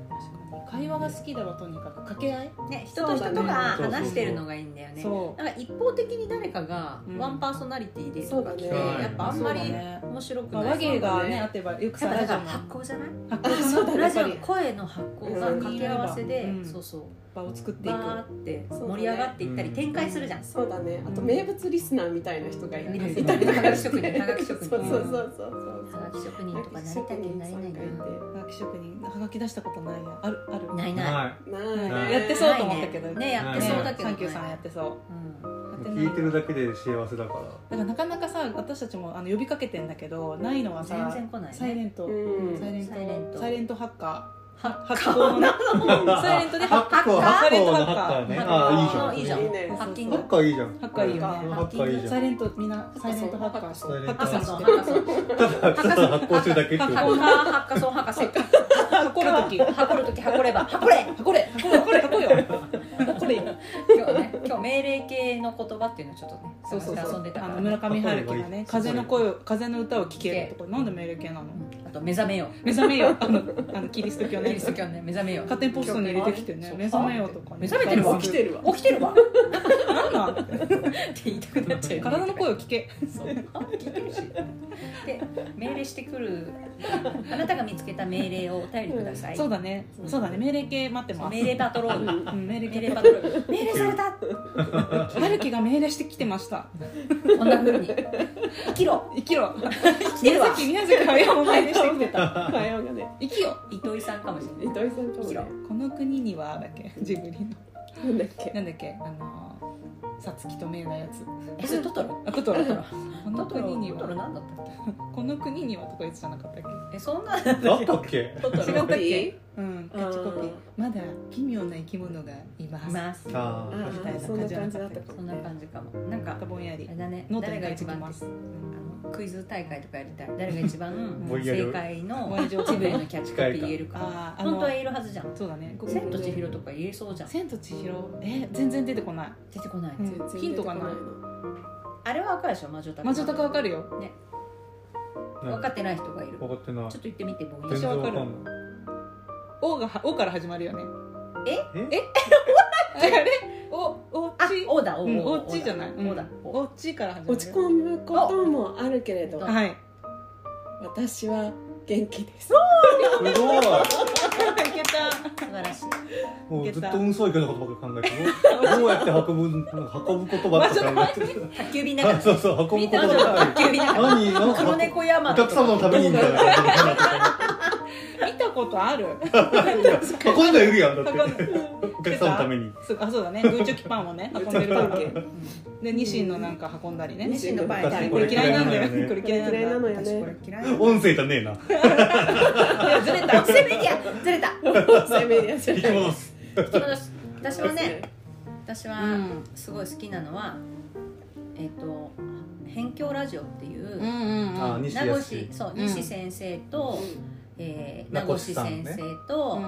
[SPEAKER 3] 確かに会話が好きだわとにかく掛け合い、
[SPEAKER 1] ね、人と人とが話してるのがいいんだよね
[SPEAKER 3] そ
[SPEAKER 1] なんか一方的に誰かがワンパーソナリティでとか来て、
[SPEAKER 2] うんそうだね
[SPEAKER 1] やっぱあんまり
[SPEAKER 3] そうだね
[SPEAKER 1] 面白く
[SPEAKER 3] まあ、
[SPEAKER 1] ない
[SPEAKER 3] 和芸がねあってばよく
[SPEAKER 1] や
[SPEAKER 3] さ
[SPEAKER 1] っぱ
[SPEAKER 3] ラ
[SPEAKER 1] だ
[SPEAKER 3] ジ
[SPEAKER 1] から
[SPEAKER 3] オの
[SPEAKER 1] 発酵じゃない
[SPEAKER 3] 発酵かな
[SPEAKER 2] そうだね
[SPEAKER 3] や
[SPEAKER 1] ラ
[SPEAKER 3] っ
[SPEAKER 1] ジ
[SPEAKER 3] ぱ
[SPEAKER 1] オの
[SPEAKER 3] り
[SPEAKER 1] 声の発酵が掛け合わせで、
[SPEAKER 3] うん
[SPEAKER 1] そうそう
[SPEAKER 3] 場を作っていく
[SPEAKER 1] バーって盛り上がっていったり
[SPEAKER 4] うん
[SPEAKER 1] 展開するじゃん、
[SPEAKER 2] そうだねあと名物リスナーみたいな人がい
[SPEAKER 1] うん
[SPEAKER 2] いたりとかして
[SPEAKER 1] はがき職人はがき職人
[SPEAKER 2] そうそうそうそう
[SPEAKER 1] はがき職人とかなり
[SPEAKER 2] 職
[SPEAKER 1] たいけ
[SPEAKER 2] 人
[SPEAKER 1] どなり
[SPEAKER 2] さ
[SPEAKER 1] ない
[SPEAKER 2] ん
[SPEAKER 1] な
[SPEAKER 2] がい
[SPEAKER 3] はがき職人はがき出したことないやあるある
[SPEAKER 1] ないない
[SPEAKER 4] は
[SPEAKER 2] てない
[SPEAKER 4] は
[SPEAKER 2] ね
[SPEAKER 4] い
[SPEAKER 3] やってそうと思ったけど
[SPEAKER 1] ねやってそうだけど、
[SPEAKER 3] サンキューさんやってそう
[SPEAKER 1] うん
[SPEAKER 3] やってない
[SPEAKER 4] い聞いてるだけで幸せだから
[SPEAKER 3] だからなかなかさ私たちもあの呼びかけてんだけどないのはさ
[SPEAKER 1] 全然来ないね
[SPEAKER 3] サイレント、
[SPEAKER 2] うん
[SPEAKER 3] サイレン
[SPEAKER 1] サイレン
[SPEAKER 3] ト
[SPEAKER 1] ト
[SPEAKER 3] サイレントハッカー
[SPEAKER 1] は
[SPEAKER 3] 発行のねサイレントでハッ
[SPEAKER 4] ハッカー
[SPEAKER 3] ハ
[SPEAKER 4] ハ
[SPEAKER 3] ッ
[SPEAKER 4] ッ
[SPEAKER 3] カー
[SPEAKER 4] カーのハッカーね
[SPEAKER 1] ハッカー
[SPEAKER 4] ああ
[SPEAKER 1] いい
[SPEAKER 4] いい
[SPEAKER 1] じ
[SPEAKER 4] じ
[SPEAKER 1] ゃ
[SPEAKER 4] ゃ
[SPEAKER 1] ん
[SPEAKER 4] ん
[SPEAKER 2] いいね
[SPEAKER 1] ハッキン
[SPEAKER 4] ハ
[SPEAKER 1] グ
[SPEAKER 4] ッカーいいじゃん
[SPEAKER 3] ハッカーいいよね
[SPEAKER 2] ハ
[SPEAKER 4] ッカーいいじゃん
[SPEAKER 3] サイレントみんなサイレントハッカーして
[SPEAKER 4] サイレン
[SPEAKER 3] ハ
[SPEAKER 4] ト
[SPEAKER 3] ッカ
[SPEAKER 1] 博士の博士の
[SPEAKER 3] ーさんしてる
[SPEAKER 4] ただ発行するだけっていう
[SPEAKER 1] ハッカーハッカソン博士
[SPEAKER 3] 運る時
[SPEAKER 1] 運る時運れば運れ
[SPEAKER 3] 運れ運れ運れ運れよ運れよ
[SPEAKER 1] 今日ね今日命令系の言葉っていうのをちょっとね
[SPEAKER 3] そうそう
[SPEAKER 1] 探して
[SPEAKER 3] そ
[SPEAKER 1] 遊んで
[SPEAKER 3] う
[SPEAKER 1] たか
[SPEAKER 3] あ
[SPEAKER 1] ら
[SPEAKER 3] の
[SPEAKER 1] ね
[SPEAKER 3] 村上春樹がね風の声を風の歌を聴けるとこなんで命令系なの
[SPEAKER 1] あと目覚めよ
[SPEAKER 3] 目覚めよあのあのキリスト教
[SPEAKER 1] う
[SPEAKER 3] ね
[SPEAKER 1] キリスト教ね目覚めよう
[SPEAKER 3] 勝手にポストに入れてきてね
[SPEAKER 1] そう
[SPEAKER 3] 目覚めようとかね
[SPEAKER 1] 目覚めてるわ
[SPEAKER 2] 起きてるわ
[SPEAKER 1] 起きてるわっ
[SPEAKER 3] なんなん
[SPEAKER 1] て言いたくなっちゃうよね
[SPEAKER 3] 体の声を聞け
[SPEAKER 1] そうあ聞いてるしで命令してくるあなたが見つけた命令をお便りください、
[SPEAKER 3] そうだねそうだね命令系待って
[SPEAKER 1] そう
[SPEAKER 3] ます
[SPEAKER 1] 命令パトロール
[SPEAKER 3] うん命令
[SPEAKER 1] 命
[SPEAKER 3] 系
[SPEAKER 1] 令パトロール命令された
[SPEAKER 3] 春樹が命令してきてました
[SPEAKER 1] こんなふうに生きろ
[SPEAKER 3] 生きろ
[SPEAKER 1] 生きてる
[SPEAKER 3] 宮
[SPEAKER 1] わ
[SPEAKER 3] 崎宮崎駿も命令してきてた
[SPEAKER 2] 会話がね
[SPEAKER 3] 生きよ
[SPEAKER 1] 糸井さんかもしれ
[SPEAKER 2] 糸
[SPEAKER 1] ない
[SPEAKER 2] 井さんともね
[SPEAKER 3] この国にはだっけジブリの
[SPEAKER 2] なんだっけ
[SPEAKER 3] なんだっけあのさつきとめいなやつ
[SPEAKER 1] えそれトトロ
[SPEAKER 3] あトトロこ
[SPEAKER 1] ト
[SPEAKER 3] の
[SPEAKER 1] トロ
[SPEAKER 3] 国に
[SPEAKER 1] トトロ
[SPEAKER 3] は
[SPEAKER 1] 何だったっ
[SPEAKER 3] この国にはとか言ってたなかったっけ
[SPEAKER 1] けえそんなの
[SPEAKER 4] あったっけ
[SPEAKER 1] トト
[SPEAKER 3] 違う
[SPEAKER 1] ロ
[SPEAKER 3] んだっけ
[SPEAKER 2] いい
[SPEAKER 3] うんキャッチコピーまだ奇妙な生き物がいま
[SPEAKER 1] い
[SPEAKER 3] す
[SPEAKER 1] ます
[SPEAKER 4] あ
[SPEAKER 2] あ
[SPEAKER 4] あ
[SPEAKER 3] みたいな
[SPEAKER 2] ーそんな感じだったか
[SPEAKER 1] そんな感じかもなんか
[SPEAKER 3] なんかぼんやり
[SPEAKER 1] あれだね
[SPEAKER 3] ノート
[SPEAKER 1] 誰
[SPEAKER 3] に
[SPEAKER 1] が
[SPEAKER 3] 書い
[SPEAKER 1] 一
[SPEAKER 3] てき
[SPEAKER 1] 番っ
[SPEAKER 3] ま
[SPEAKER 1] て
[SPEAKER 3] すうん
[SPEAKER 1] あのクイズ大会とかやりたい誰が一番
[SPEAKER 4] ぼんやり
[SPEAKER 1] 正解の
[SPEAKER 3] ぼんやり上手
[SPEAKER 1] ジブリのキャッチコピー言えるか
[SPEAKER 3] あーあの
[SPEAKER 1] 本当は言えるはずじゃん
[SPEAKER 3] そうだね
[SPEAKER 1] 「千と千尋」とか言えそうじゃん
[SPEAKER 3] 千と千尋え全然出てこない
[SPEAKER 1] 出てこない、
[SPEAKER 3] うん
[SPEAKER 2] 全然
[SPEAKER 3] ヒントがない
[SPEAKER 2] 出てこな
[SPEAKER 1] あれは分かるでしょ魔女宅
[SPEAKER 3] 魔女とかわかるよ
[SPEAKER 1] 分かってない人がいるちょ
[SPEAKER 4] 分かってない
[SPEAKER 1] っと言ってみてぼんやり
[SPEAKER 4] 全然
[SPEAKER 3] わか
[SPEAKER 4] わ
[SPEAKER 3] る
[SPEAKER 4] かんない
[SPEAKER 3] 王がは王から始まるよね
[SPEAKER 4] え
[SPEAKER 3] あれおお
[SPEAKER 1] あ
[SPEAKER 3] ち
[SPEAKER 1] おだお
[SPEAKER 3] うんおっちじゃない
[SPEAKER 1] おだ
[SPEAKER 3] うん
[SPEAKER 1] お
[SPEAKER 3] おっちから始まる
[SPEAKER 2] い落ち込むこともあるけれど
[SPEAKER 1] お
[SPEAKER 3] はいい
[SPEAKER 2] 私は元気 です
[SPEAKER 4] すごい
[SPEAKER 3] けた
[SPEAKER 1] 素晴らし い
[SPEAKER 4] もうずっと運送業のことばっか考えてどうどうやって運ぶ運ぶことばっか考えてる
[SPEAKER 1] 宅急便だから
[SPEAKER 4] あそうそう運ぶ
[SPEAKER 1] 見
[SPEAKER 4] こ
[SPEAKER 1] て
[SPEAKER 4] と
[SPEAKER 1] 魔女
[SPEAKER 4] ばっ
[SPEAKER 1] 宅
[SPEAKER 4] か
[SPEAKER 1] 急便だから
[SPEAKER 4] 何なんか
[SPEAKER 1] 黒猫
[SPEAKER 4] お
[SPEAKER 1] 山と
[SPEAKER 4] 客様のためにみたいな
[SPEAKER 3] 見たことある
[SPEAKER 4] 運んでいるやんだって
[SPEAKER 3] わかんない
[SPEAKER 4] お客様のために
[SPEAKER 3] そうあそうだねグーチョキパンをね運んでるわけでニシンのなんか運んだりね
[SPEAKER 1] ニシンのパン
[SPEAKER 4] 私
[SPEAKER 3] これ嫌いなんだよ
[SPEAKER 4] これ嫌いなのよね
[SPEAKER 3] これ嫌いなんだ
[SPEAKER 2] 嫌いなの
[SPEAKER 3] 私これ嫌
[SPEAKER 2] よね
[SPEAKER 3] い
[SPEAKER 4] 音声じゃねえない
[SPEAKER 3] やずれ た
[SPEAKER 1] セメディアずれた
[SPEAKER 2] 生命やじゃ
[SPEAKER 4] 引き戻す
[SPEAKER 1] 引き戻す私はね私は
[SPEAKER 3] うん
[SPEAKER 1] すごい好きなのはえっと「辺境ラジオ」っていううん
[SPEAKER 3] うんうん
[SPEAKER 4] あ
[SPEAKER 3] うん
[SPEAKER 4] 西
[SPEAKER 1] 名
[SPEAKER 4] 安
[SPEAKER 1] 越そう
[SPEAKER 3] うん
[SPEAKER 1] 西先生とえー名
[SPEAKER 4] 名
[SPEAKER 1] 越
[SPEAKER 4] 越さん
[SPEAKER 1] 先
[SPEAKER 4] ね
[SPEAKER 1] 生と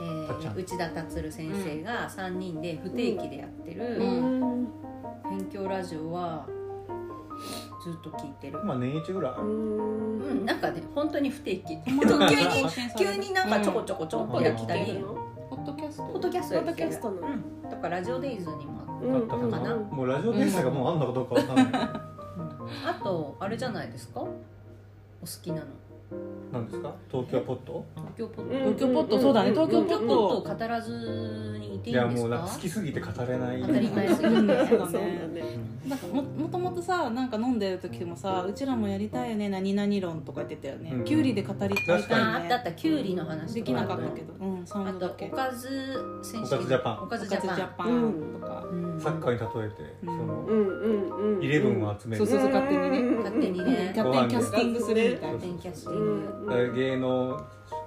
[SPEAKER 1] え
[SPEAKER 4] たっちゃ
[SPEAKER 1] ー
[SPEAKER 4] ん
[SPEAKER 1] 内田達先生が3人で不定期でやって
[SPEAKER 3] う
[SPEAKER 1] る
[SPEAKER 3] ん
[SPEAKER 1] 「辺境ラジオ」はずっと聞いてる
[SPEAKER 4] まあ年一ぐらい
[SPEAKER 1] うんなんかね本当に不定期
[SPEAKER 3] うん
[SPEAKER 1] 急に 急になんかちょこちょこちょこやったり、
[SPEAKER 2] うん
[SPEAKER 3] ポッドキャスト
[SPEAKER 1] ポッドキャストやってる
[SPEAKER 2] ポッドキャストの
[SPEAKER 1] うん、とかラジオデイズにもあって
[SPEAKER 2] うん
[SPEAKER 4] だったか
[SPEAKER 1] かな
[SPEAKER 4] なもうラジオ電車がもうあんのかどうかわかんない
[SPEAKER 1] あとあれじゃないですかお好きなの
[SPEAKER 4] なんですか東京ポット
[SPEAKER 1] 東京ポッ
[SPEAKER 2] うん
[SPEAKER 1] ド、
[SPEAKER 3] 東京ポッドそうだね東京ポ
[SPEAKER 1] 東京
[SPEAKER 3] ッ
[SPEAKER 1] ポッ
[SPEAKER 3] ド
[SPEAKER 1] ドを語らずにいてい
[SPEAKER 4] い
[SPEAKER 1] いん
[SPEAKER 4] や
[SPEAKER 1] です
[SPEAKER 4] もうなん
[SPEAKER 1] か
[SPEAKER 4] か好きすぎて語れない
[SPEAKER 1] 当たり前すぎて、
[SPEAKER 3] うんそうう
[SPEAKER 2] そだ
[SPEAKER 3] だ
[SPEAKER 2] ね
[SPEAKER 3] ね
[SPEAKER 4] うん
[SPEAKER 3] なんかももともとさなんか飲んでる時もさうちらもやりたいよね何々論とか言ってたよね、
[SPEAKER 4] うん
[SPEAKER 3] キュウリで語りたい
[SPEAKER 4] 確
[SPEAKER 1] ああったあっ
[SPEAKER 3] ね
[SPEAKER 1] たきゅうりの話
[SPEAKER 3] で
[SPEAKER 1] と
[SPEAKER 3] き
[SPEAKER 1] か
[SPEAKER 3] なかったけどうんサ
[SPEAKER 1] あ
[SPEAKER 3] ウン
[SPEAKER 1] と
[SPEAKER 3] ドだけ
[SPEAKER 1] おかず選手権
[SPEAKER 4] おかずジャパン
[SPEAKER 1] お
[SPEAKER 3] お
[SPEAKER 1] かずジャパン
[SPEAKER 3] ジャパ
[SPEAKER 2] うん
[SPEAKER 3] ンとか、
[SPEAKER 1] うん
[SPEAKER 4] サッカーに例えて、
[SPEAKER 3] うん
[SPEAKER 4] その
[SPEAKER 2] うんうんうん
[SPEAKER 4] イレブンを集める、
[SPEAKER 3] そうそうそう勝手にね
[SPEAKER 1] 勝手に
[SPEAKER 3] キ
[SPEAKER 1] ね
[SPEAKER 3] ャプテンキャスティングするみたいな
[SPEAKER 1] 勝手にキャスティ
[SPEAKER 2] う
[SPEAKER 1] ング、
[SPEAKER 2] ん
[SPEAKER 4] だから芸能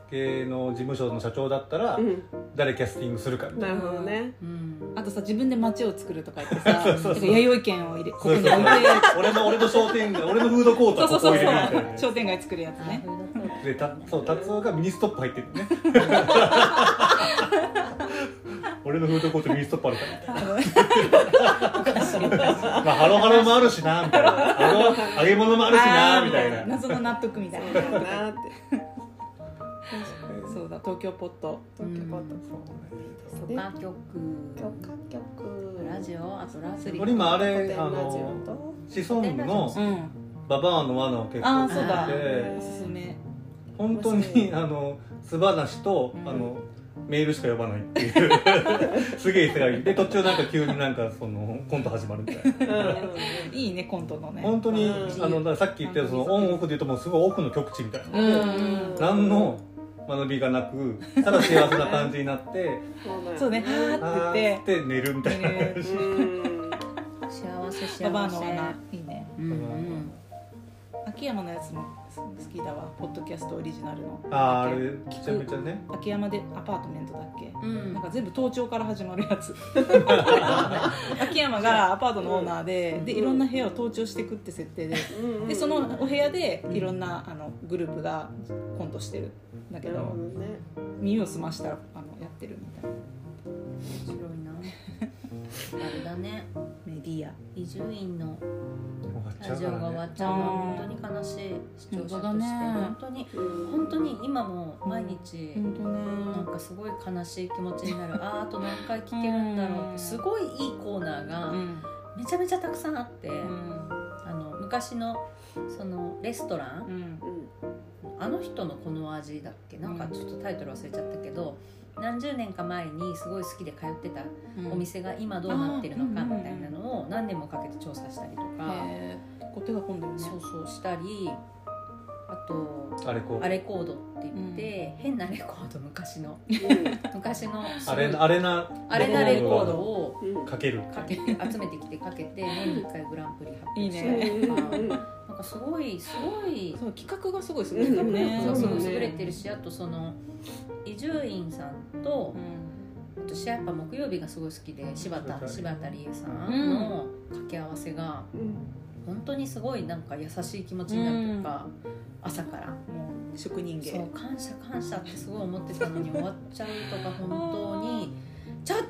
[SPEAKER 4] 芸能事務所の社長だったら、
[SPEAKER 2] うん
[SPEAKER 4] 誰キャスティングするかみたい
[SPEAKER 2] なるほどね
[SPEAKER 1] うん
[SPEAKER 3] あとさ自分で街を作るとか言ってさ
[SPEAKER 4] そうそうそう
[SPEAKER 3] なんか弥生県を入れここに置いて
[SPEAKER 4] そうそう俺の俺の商店街俺のフードコート
[SPEAKER 3] そうそ
[SPEAKER 4] はこ
[SPEAKER 3] う
[SPEAKER 4] こ
[SPEAKER 3] そう
[SPEAKER 4] 入
[SPEAKER 3] そう
[SPEAKER 4] れるみたいな
[SPEAKER 3] 商店街作るやつ
[SPEAKER 1] あ
[SPEAKER 3] ね
[SPEAKER 4] でたそう達夫がミニストップ入ってるね俺のフードコートミニストップあるからみたいなまあハロハロもあるしなみたいなあの揚げ物もあるしなみたい
[SPEAKER 3] あー
[SPEAKER 4] な
[SPEAKER 3] 謎の納得みたいな
[SPEAKER 2] そうだなって
[SPEAKER 3] そうだ東京ポット
[SPEAKER 2] 東京ポッ
[SPEAKER 1] う
[SPEAKER 2] ト
[SPEAKER 1] ん
[SPEAKER 2] そ
[SPEAKER 1] 許
[SPEAKER 2] うね
[SPEAKER 1] 可局
[SPEAKER 2] 許可局
[SPEAKER 1] ラジオあとラズリ
[SPEAKER 4] 俺今あ
[SPEAKER 2] 古
[SPEAKER 4] れ
[SPEAKER 2] 典
[SPEAKER 4] あ
[SPEAKER 2] ラジ
[SPEAKER 4] の
[SPEAKER 2] オと
[SPEAKER 4] シソンヌの
[SPEAKER 3] うん
[SPEAKER 4] 「ババアの罠」を結
[SPEAKER 3] あ
[SPEAKER 4] 構
[SPEAKER 3] あそうだ
[SPEAKER 4] 聞いて
[SPEAKER 3] おすすめ
[SPEAKER 4] 本当
[SPEAKER 2] 面白
[SPEAKER 4] に
[SPEAKER 2] い
[SPEAKER 4] あの素話と、
[SPEAKER 3] うん
[SPEAKER 4] あのメールしか呼ばないっていう すげえ忙しいで途中なんか急になんかそのコント始まるみた いな
[SPEAKER 3] いいねコントのね
[SPEAKER 4] 本当に、
[SPEAKER 2] うん
[SPEAKER 4] あのだからさっき言ったようなそのオンオフで言うともうすごい奥の極地みたいな、
[SPEAKER 3] うんうん
[SPEAKER 4] 何の学びがなくただ幸せな感じになって
[SPEAKER 3] そうねは
[SPEAKER 4] あー
[SPEAKER 3] ーって
[SPEAKER 4] っ
[SPEAKER 3] て
[SPEAKER 4] 言って寝るみた
[SPEAKER 3] 言っ
[SPEAKER 4] い
[SPEAKER 3] て
[SPEAKER 4] な、
[SPEAKER 3] ね
[SPEAKER 2] うん
[SPEAKER 1] 幸せ幸せ
[SPEAKER 3] ババアの罠いいね
[SPEAKER 1] うんうん
[SPEAKER 3] 秋山のやつも好きだわポッドキャストオリジナルの
[SPEAKER 4] あー
[SPEAKER 3] な
[SPEAKER 4] あ
[SPEAKER 3] んだっ
[SPEAKER 4] れめちゃめちゃね
[SPEAKER 3] け秋山でアパートメントだっけ
[SPEAKER 1] うん
[SPEAKER 3] なんか全部盗聴から始まるやつ秋山がアパートのオーナーで,、でいろんな部屋を盗聴していくって設定で
[SPEAKER 2] うん
[SPEAKER 3] でそのお部屋でいろんなあのグループがコントしてるんだけ
[SPEAKER 2] なるほ
[SPEAKER 3] ど
[SPEAKER 2] どね
[SPEAKER 3] 耳を澄ましたらあのやってるみたいな
[SPEAKER 1] 面白いなあれだね
[SPEAKER 3] メディア
[SPEAKER 1] 伊集院の
[SPEAKER 4] 終わっちゃ
[SPEAKER 1] ラ
[SPEAKER 4] う
[SPEAKER 1] ジオ
[SPEAKER 4] か
[SPEAKER 1] が終わ
[SPEAKER 4] らね
[SPEAKER 1] っちゃうのは本当に悲しい視聴者として
[SPEAKER 3] 本当だね
[SPEAKER 1] 本当に
[SPEAKER 2] うん
[SPEAKER 1] 本当に今も毎日、
[SPEAKER 3] 本当ね
[SPEAKER 1] なんかすごい悲しい気持ちにな るあーあと何回聞けるんだろうって
[SPEAKER 3] うん
[SPEAKER 1] すごいいいコーナー
[SPEAKER 3] う
[SPEAKER 1] が
[SPEAKER 3] ん
[SPEAKER 1] めちゃめちゃたくさんあって、
[SPEAKER 3] うん
[SPEAKER 1] あの昔のそのレストラン
[SPEAKER 3] う、ん
[SPEAKER 2] うん
[SPEAKER 1] あの人のこの味だっけなんかちょっとタイトル忘れちゃったけど何十年か前にすごい好きで通ってたお店が今どうなってるのか
[SPEAKER 3] あー
[SPEAKER 1] みたいなのを何年もかけて調査したりとか、
[SPEAKER 3] へえこう手が込んでるね
[SPEAKER 1] そうそうしたりあと
[SPEAKER 4] あれこう
[SPEAKER 1] アレコードって言って、変なレコード昔の昔のすご
[SPEAKER 4] あ
[SPEAKER 1] い
[SPEAKER 4] れあれな
[SPEAKER 1] アレナレコードを
[SPEAKER 2] うんうん
[SPEAKER 4] かける
[SPEAKER 1] かけて集めてきてかけ て年に1回グランプリ発表したりとかなんかすごいすごい
[SPEAKER 3] そう企画がすごいすごいですね
[SPEAKER 1] そう
[SPEAKER 2] そ
[SPEAKER 1] す
[SPEAKER 2] う
[SPEAKER 1] ご
[SPEAKER 2] だ
[SPEAKER 1] い
[SPEAKER 2] ね
[SPEAKER 1] 優れてるしあとその伊集院さんと私やっぱ木曜日がすごい好きで柴田柴田理恵さんの掛け合わせが
[SPEAKER 2] うん
[SPEAKER 1] 本当にすごいなんか優しい気持ちになるというか、朝から。
[SPEAKER 3] うんもう職人
[SPEAKER 1] そ
[SPEAKER 3] 芸
[SPEAKER 1] う感謝感謝ってすごい思ってたのに終わっちゃうと か本当に「ちょっと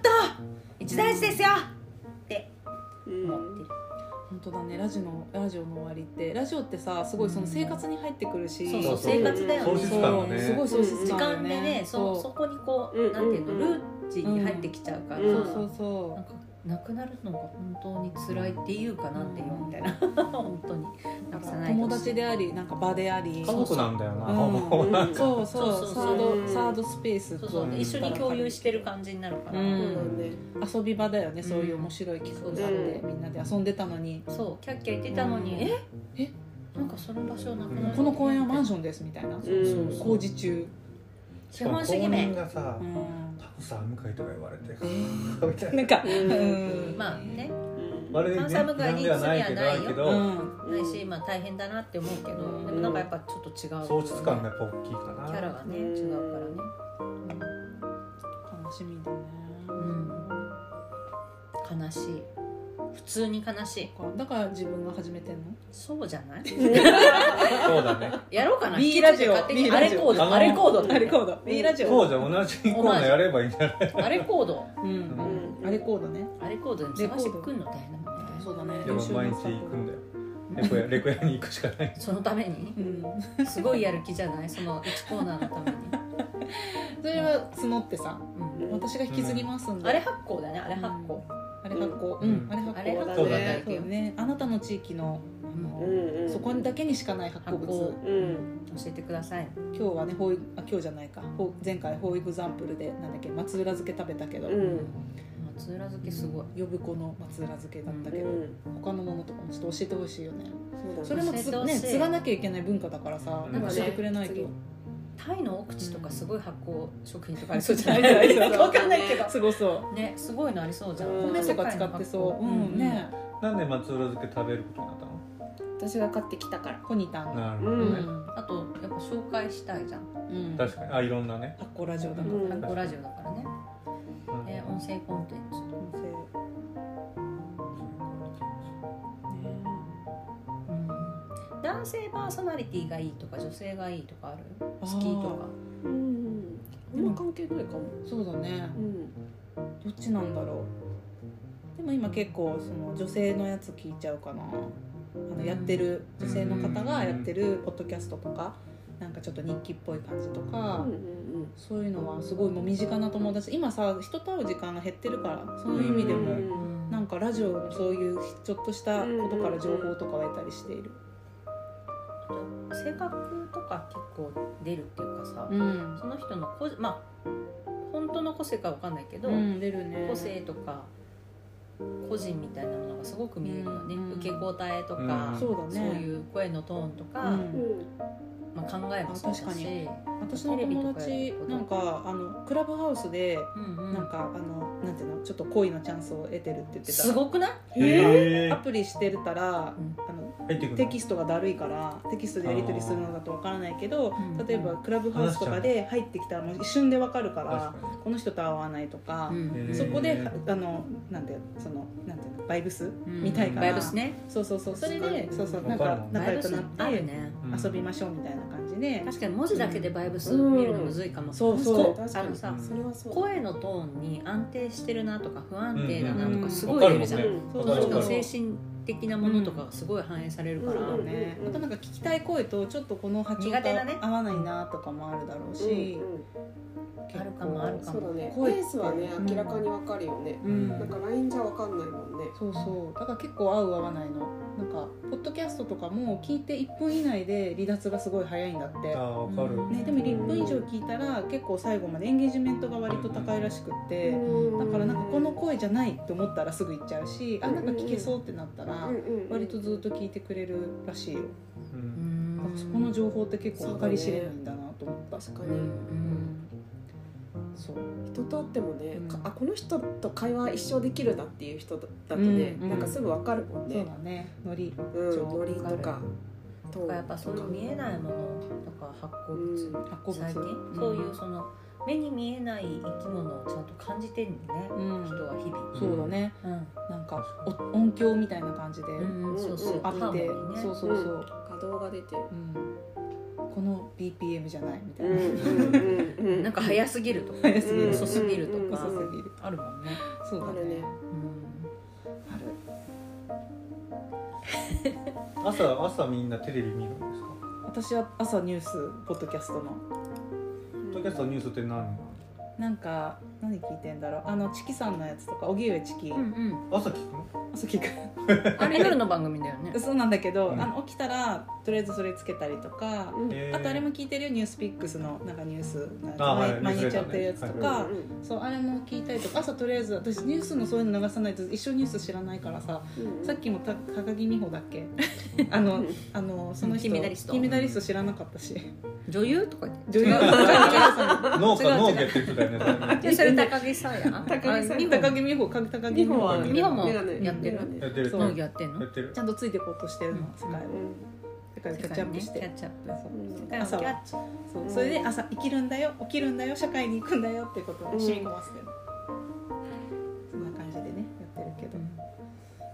[SPEAKER 1] 一大事ですよ!」って
[SPEAKER 2] うん
[SPEAKER 1] 思ってる。
[SPEAKER 3] 本当だねラジオのラジオの終わりってラジオってさすごいその生活に入ってくるし、
[SPEAKER 1] そう
[SPEAKER 4] そ
[SPEAKER 1] そうう
[SPEAKER 4] そう
[SPEAKER 1] 生活だよ
[SPEAKER 4] 喪
[SPEAKER 1] ね
[SPEAKER 4] 失感が
[SPEAKER 3] そ
[SPEAKER 4] ね
[SPEAKER 3] うすごい喪失
[SPEAKER 1] 時
[SPEAKER 3] 感よ
[SPEAKER 1] 間でねそそ
[SPEAKER 3] そ
[SPEAKER 1] こにこ
[SPEAKER 2] うん
[SPEAKER 1] うなんていうの
[SPEAKER 2] うん
[SPEAKER 1] ルーチに入ってきちゃうから、
[SPEAKER 2] うん
[SPEAKER 3] うそうそうそ
[SPEAKER 1] なん
[SPEAKER 3] う
[SPEAKER 1] かなくなるのが本当に辛いっていうかなんていうのみたい な本当になくさないでほ
[SPEAKER 3] 友
[SPEAKER 1] しい
[SPEAKER 3] 達でありなんか場であり
[SPEAKER 4] 家族なんだよな、
[SPEAKER 3] うん
[SPEAKER 4] もうなんか
[SPEAKER 3] そうそう
[SPEAKER 1] そうそう
[SPEAKER 3] サード
[SPEAKER 2] うん
[SPEAKER 3] サードスペース
[SPEAKER 1] そ
[SPEAKER 3] と
[SPEAKER 1] うそう
[SPEAKER 4] うん
[SPEAKER 1] で一緒に共有してる感じになるから、
[SPEAKER 3] う
[SPEAKER 2] そ
[SPEAKER 3] ん
[SPEAKER 2] うだね
[SPEAKER 3] 遊び場だよねそういう面白い企画があって、
[SPEAKER 2] う
[SPEAKER 3] みんなで遊んでたのに
[SPEAKER 1] そうキャッキャ言ってたのに、
[SPEAKER 3] うん
[SPEAKER 1] え
[SPEAKER 3] え
[SPEAKER 1] なんかその場所なくな
[SPEAKER 4] うん
[SPEAKER 1] る
[SPEAKER 3] この公園はマン
[SPEAKER 1] シ
[SPEAKER 3] ションですみたいな、
[SPEAKER 2] うん
[SPEAKER 3] 工事中、
[SPEAKER 1] 資本主義
[SPEAKER 4] 公認
[SPEAKER 1] 名
[SPEAKER 4] がさ
[SPEAKER 3] うん
[SPEAKER 4] タコさん向かいとか言われて みたい
[SPEAKER 3] なんか、
[SPEAKER 2] うん
[SPEAKER 3] うん
[SPEAKER 1] まあね
[SPEAKER 4] 悪い
[SPEAKER 1] ハンサム街に罪はないよ
[SPEAKER 4] 値段でけど
[SPEAKER 3] う
[SPEAKER 4] ある
[SPEAKER 3] ん
[SPEAKER 1] ないし、まあ、大変だなって思うけど、
[SPEAKER 3] うん
[SPEAKER 1] でもなんかやっぱちょっと違
[SPEAKER 4] け
[SPEAKER 1] う
[SPEAKER 4] ど喪失感がやっぱ大きいかな
[SPEAKER 1] キャラがね
[SPEAKER 2] うん
[SPEAKER 1] 違うからね、
[SPEAKER 3] 楽しみだね、
[SPEAKER 1] うん、悲しい普通に悲しい
[SPEAKER 3] だから自分が始めてんの
[SPEAKER 1] そうじゃ ない
[SPEAKER 4] そうだね
[SPEAKER 1] やろうかな
[SPEAKER 3] B ラジオ
[SPEAKER 1] 勝手に
[SPEAKER 3] B
[SPEAKER 1] あ
[SPEAKER 3] ラ
[SPEAKER 1] れ
[SPEAKER 3] ジ
[SPEAKER 1] コ
[SPEAKER 3] オ
[SPEAKER 1] ードあれコード
[SPEAKER 3] あれコード B ラジ
[SPEAKER 4] そ
[SPEAKER 3] オ
[SPEAKER 4] うじゃん同じコーナーやればいいんじゃない
[SPEAKER 1] あれコード
[SPEAKER 3] うん
[SPEAKER 2] うん
[SPEAKER 3] あれコードね
[SPEAKER 1] あれコードに探してくんの大変だもんね
[SPEAKER 3] そうだね
[SPEAKER 4] でも毎日行くんだよレコヤレコヤに行くしかない
[SPEAKER 1] そのために
[SPEAKER 3] うん
[SPEAKER 1] すごいやる気じゃないその1コーナーのために、
[SPEAKER 3] それは募ってさ
[SPEAKER 1] うん
[SPEAKER 3] 私が引き継ぎますんで、
[SPEAKER 1] あれ発行だねあれ発行、
[SPEAKER 3] あれ発行
[SPEAKER 4] う
[SPEAKER 3] うんん、あれ発
[SPEAKER 1] あれ
[SPEAKER 3] 行
[SPEAKER 1] 発
[SPEAKER 4] 行
[SPEAKER 3] そ
[SPEAKER 4] だ
[SPEAKER 3] うだ
[SPEAKER 4] ね
[SPEAKER 3] ねそうだねあなたの地域のあ
[SPEAKER 2] う
[SPEAKER 3] の、
[SPEAKER 2] んうん
[SPEAKER 3] そこにだけにしかない発行
[SPEAKER 1] 発
[SPEAKER 3] 物
[SPEAKER 1] 行
[SPEAKER 2] うん
[SPEAKER 1] 教えてください
[SPEAKER 3] 今日はねフォーイあ今日じゃないかフォー前回フォーエグザンプルでなんだっけ松浦漬け食べたけど、
[SPEAKER 2] うん
[SPEAKER 1] 松浦漬けすごい
[SPEAKER 3] 呼子の松浦漬けだった
[SPEAKER 2] う
[SPEAKER 3] けど、
[SPEAKER 2] ん
[SPEAKER 3] 他のものとかもちょっと教えてほしいよね
[SPEAKER 2] そうだね
[SPEAKER 3] それも
[SPEAKER 1] 教え
[SPEAKER 3] つ
[SPEAKER 1] てほし
[SPEAKER 3] ね
[SPEAKER 1] い
[SPEAKER 3] 継がなきゃいけない文化だからさ
[SPEAKER 4] なんかね
[SPEAKER 3] 教えてくれないと
[SPEAKER 2] 次
[SPEAKER 1] タイの奥地とかすごい発酵食品とかありそうじゃない
[SPEAKER 3] ない
[SPEAKER 1] で
[SPEAKER 3] ですす
[SPEAKER 1] か
[SPEAKER 3] よ
[SPEAKER 1] 分かんないけど
[SPEAKER 3] すごそ
[SPEAKER 1] ねすごいのありそうじゃん
[SPEAKER 2] うん
[SPEAKER 3] う米とか使ってそううんね
[SPEAKER 4] なんで松浦漬け食べることになったの
[SPEAKER 2] 私が買ってきたから
[SPEAKER 3] コニタン
[SPEAKER 4] なるほど
[SPEAKER 3] う
[SPEAKER 4] ね、
[SPEAKER 3] ん
[SPEAKER 1] あとやっぱ紹介したいじゃん
[SPEAKER 3] うん
[SPEAKER 4] 確かにあいろんなね、
[SPEAKER 3] 発酵ラジオだ
[SPEAKER 1] 発
[SPEAKER 3] か
[SPEAKER 2] うん
[SPEAKER 1] 酵ラジオだからね、
[SPEAKER 4] うん
[SPEAKER 1] ね音声コンテンツ
[SPEAKER 3] ら
[SPEAKER 1] 男性パーソナリティがいいとか女性がいいとかある好きとか
[SPEAKER 2] うんあんま関係ないかも
[SPEAKER 3] そうだね
[SPEAKER 2] うん
[SPEAKER 3] どっちなんだろうでも今結構その女性のやつ聞いちゃうかなあのやってる女性の方がやってるポッドキャストとかなんかちょっと日記っぽい感じとか
[SPEAKER 2] うんうん
[SPEAKER 3] そういうのはすごいもう身近な友達今さ人と会う時間が減ってるからその意味で
[SPEAKER 2] う
[SPEAKER 3] も
[SPEAKER 2] ん
[SPEAKER 3] なんかラジオもそういうちょっとしたことから情報とかを得たりしている。
[SPEAKER 1] 性格とか結構出るっていうかさ、
[SPEAKER 3] うん
[SPEAKER 1] その人の個まあ本当の個性かわかんないけど、
[SPEAKER 3] うん、出るね
[SPEAKER 1] 個性とか個人みたいなものがすごく見えるよね、
[SPEAKER 3] うん
[SPEAKER 1] 受け答えとか、
[SPEAKER 4] うん
[SPEAKER 3] そうだね
[SPEAKER 1] いう声のトーンとか、
[SPEAKER 3] うん
[SPEAKER 1] まあ、考えもそうだし
[SPEAKER 3] あ確かに私の友達なんかあのクラブハウスで
[SPEAKER 1] うんうん
[SPEAKER 3] なんかあのなんていうのちょっと恋のチャンスを得てるって言ってた
[SPEAKER 1] すごくない
[SPEAKER 4] へえ
[SPEAKER 3] アプリしてるたら、
[SPEAKER 1] うん
[SPEAKER 3] あの
[SPEAKER 4] 入ってくる
[SPEAKER 3] テキストがだるいからテキストでやり取りするのだとわからないけど
[SPEAKER 1] うん
[SPEAKER 3] 例えばクラブハウスとかで入ってきたらもう一瞬でわかるから
[SPEAKER 4] 確か
[SPEAKER 3] この人と会わないとか、
[SPEAKER 4] うん
[SPEAKER 3] そこ
[SPEAKER 4] へ
[SPEAKER 3] で
[SPEAKER 4] ー
[SPEAKER 3] あのなんていうのそのなんていうのバイブス
[SPEAKER 1] うん
[SPEAKER 3] 見たいから
[SPEAKER 1] バイブスね
[SPEAKER 3] そうそうそうそれ
[SPEAKER 2] 確か
[SPEAKER 3] で
[SPEAKER 2] に
[SPEAKER 3] そうそうな
[SPEAKER 4] わ
[SPEAKER 3] ん
[SPEAKER 4] かる
[SPEAKER 3] か
[SPEAKER 4] もんね
[SPEAKER 3] 仲良くな
[SPEAKER 1] バイブスあ
[SPEAKER 3] っ
[SPEAKER 1] る
[SPEAKER 3] て
[SPEAKER 1] ね
[SPEAKER 4] に
[SPEAKER 3] 遊びましょうみたいな感じで、
[SPEAKER 1] 確かに文字だけでバイブス見るのむずいかも、
[SPEAKER 3] そう
[SPEAKER 2] 確
[SPEAKER 3] そ
[SPEAKER 2] か
[SPEAKER 3] う
[SPEAKER 2] に確
[SPEAKER 1] あ
[SPEAKER 2] か
[SPEAKER 1] の
[SPEAKER 2] に
[SPEAKER 1] さ
[SPEAKER 2] それはそう
[SPEAKER 1] 声のトーンに安定してるなとか不安定だなと
[SPEAKER 3] う
[SPEAKER 1] か
[SPEAKER 3] ん
[SPEAKER 1] すごい出るじゃん、
[SPEAKER 4] わ
[SPEAKER 2] う
[SPEAKER 4] か
[SPEAKER 2] ん
[SPEAKER 3] そ
[SPEAKER 1] そうの
[SPEAKER 4] わ
[SPEAKER 1] 人
[SPEAKER 4] か
[SPEAKER 1] の
[SPEAKER 4] る
[SPEAKER 1] 精神的なものとかがすごい反映されるから、
[SPEAKER 3] そうね
[SPEAKER 2] うん
[SPEAKER 3] あとなんか聞きたい声とちょっとこの波長
[SPEAKER 1] 苦手だね
[SPEAKER 3] と合わないなとかもあるだろう
[SPEAKER 2] うん
[SPEAKER 3] し、
[SPEAKER 2] うん
[SPEAKER 3] 結構
[SPEAKER 1] あるかもあるかも
[SPEAKER 2] そうだね
[SPEAKER 3] 声って
[SPEAKER 2] ペースはね明らかにわかるよね
[SPEAKER 3] うん
[SPEAKER 2] なんか LINE じゃわかんないもんね
[SPEAKER 3] そうそうだから結構合う合わないのなんかポッドキャストとかも聞いて1分以内で離脱がすごい早いんだって
[SPEAKER 4] あ、ーわかる
[SPEAKER 1] うん
[SPEAKER 3] ね、でも1分以上聞いたら結構最後までエンゲージメントが割と高いらしくってだからなんかこの声じゃないって思ったらすぐ行っちゃうしあなんか聞けそうってなったら割とずっと聞いてくれるらしいよ
[SPEAKER 4] う
[SPEAKER 1] うんん
[SPEAKER 3] だからそこの情報って結構計り知れないんだなと思った
[SPEAKER 2] 確か
[SPEAKER 1] う
[SPEAKER 2] に
[SPEAKER 1] ん
[SPEAKER 3] そう
[SPEAKER 2] 人と会ってもね、
[SPEAKER 3] うん
[SPEAKER 2] かあこの人と会話一生できるなっていう人だとね、
[SPEAKER 3] うん
[SPEAKER 2] なんかすぐわかるもん
[SPEAKER 3] そう
[SPEAKER 2] ね
[SPEAKER 3] だねノリ
[SPEAKER 2] うん
[SPEAKER 3] そう
[SPEAKER 2] ノリと
[SPEAKER 1] わか
[SPEAKER 2] かトーンと
[SPEAKER 1] やっぱそういう見えないものとか発
[SPEAKER 2] う
[SPEAKER 1] 酵
[SPEAKER 2] ん
[SPEAKER 1] 物、
[SPEAKER 3] 発酵物
[SPEAKER 1] 最近、そういうその目に見えない生き物をちゃんと感じてるんだね、
[SPEAKER 3] うん
[SPEAKER 1] 人は日々、
[SPEAKER 3] そうだね
[SPEAKER 1] うん
[SPEAKER 3] なんかお音響みたいな感じで
[SPEAKER 1] うんそうそう
[SPEAKER 3] あ
[SPEAKER 1] ハーモ
[SPEAKER 3] っ
[SPEAKER 1] ニ
[SPEAKER 3] て
[SPEAKER 1] ーね
[SPEAKER 3] そうそうそう
[SPEAKER 2] 稼働が出てる
[SPEAKER 3] うんこの BPM じゃないみた
[SPEAKER 2] う
[SPEAKER 3] い
[SPEAKER 2] ん
[SPEAKER 3] な
[SPEAKER 2] うん うん
[SPEAKER 1] なんか早すぎるとか
[SPEAKER 3] 早すぎる
[SPEAKER 1] 遅すぎるとか、
[SPEAKER 3] 遅
[SPEAKER 2] うんうんうん
[SPEAKER 3] すぎる
[SPEAKER 1] あるもんね、
[SPEAKER 3] そうだ
[SPEAKER 2] あるね
[SPEAKER 1] うん
[SPEAKER 3] ねある
[SPEAKER 4] 朝朝みんなテレビ見るんですか
[SPEAKER 3] 私は朝ニュースポッドキャストの
[SPEAKER 4] ポッドキャストのニュースって何
[SPEAKER 3] なんか何聞いてんだろうあのチキさんのやつとか荻上チキ、
[SPEAKER 1] うん
[SPEAKER 4] 朝聞くの
[SPEAKER 3] 朝聞く
[SPEAKER 1] うん、あれ夜の番組だよね
[SPEAKER 3] そうなんだけど、
[SPEAKER 4] うん
[SPEAKER 3] あの起きたらとりあえずそれつけたりとか、
[SPEAKER 2] うん
[SPEAKER 4] へー
[SPEAKER 3] あとあれも聞いてるよ「ニュースピックスのなんかニュースなん
[SPEAKER 4] あ
[SPEAKER 3] か
[SPEAKER 4] はい
[SPEAKER 3] 毎毎
[SPEAKER 4] ニュース
[SPEAKER 3] 日
[SPEAKER 4] レタ
[SPEAKER 3] や
[SPEAKER 4] ー
[SPEAKER 3] っ
[SPEAKER 4] ね
[SPEAKER 3] てるやつとか、
[SPEAKER 2] うんうん
[SPEAKER 3] そうあれも聞いたりとか朝とりあえず私ニュースのそういうの流さないと一生ニュース知らないからさ、
[SPEAKER 2] うん
[SPEAKER 3] さっきもた高木美帆だっ けあのあのその人
[SPEAKER 1] 金メダリスト
[SPEAKER 3] 金メダリスト知らなかったし
[SPEAKER 1] 女優とか言って
[SPEAKER 3] 女優
[SPEAKER 1] 違う
[SPEAKER 4] 農
[SPEAKER 1] 違う違
[SPEAKER 4] 家
[SPEAKER 1] う
[SPEAKER 4] 農家って言ってたよねそれね
[SPEAKER 1] いやそれ高木さんや
[SPEAKER 2] 高木さん
[SPEAKER 1] あ日
[SPEAKER 3] 高
[SPEAKER 1] 本
[SPEAKER 3] 木美帆か高木
[SPEAKER 2] 日
[SPEAKER 3] 美
[SPEAKER 2] 本
[SPEAKER 3] 帆
[SPEAKER 2] は
[SPEAKER 3] は
[SPEAKER 1] 日本も
[SPEAKER 2] メガネ
[SPEAKER 1] やってる
[SPEAKER 2] メ
[SPEAKER 4] や
[SPEAKER 2] ガネ
[SPEAKER 4] ってる
[SPEAKER 3] そう
[SPEAKER 1] 農業やってん
[SPEAKER 4] や
[SPEAKER 1] の
[SPEAKER 4] ってる
[SPEAKER 3] ちゃんとついてこうとしてるの世界を
[SPEAKER 2] う
[SPEAKER 3] 世界をキャッチアップして
[SPEAKER 1] キャッチアップ
[SPEAKER 3] そう
[SPEAKER 2] うん
[SPEAKER 1] キャッチ
[SPEAKER 3] 朝
[SPEAKER 1] ア
[SPEAKER 3] は
[SPEAKER 1] ップ
[SPEAKER 3] そうそれで朝生きるんだよ起きるんだよ社会に行くんだよってことを染み込ませてる、そんな感じでねやってるけど、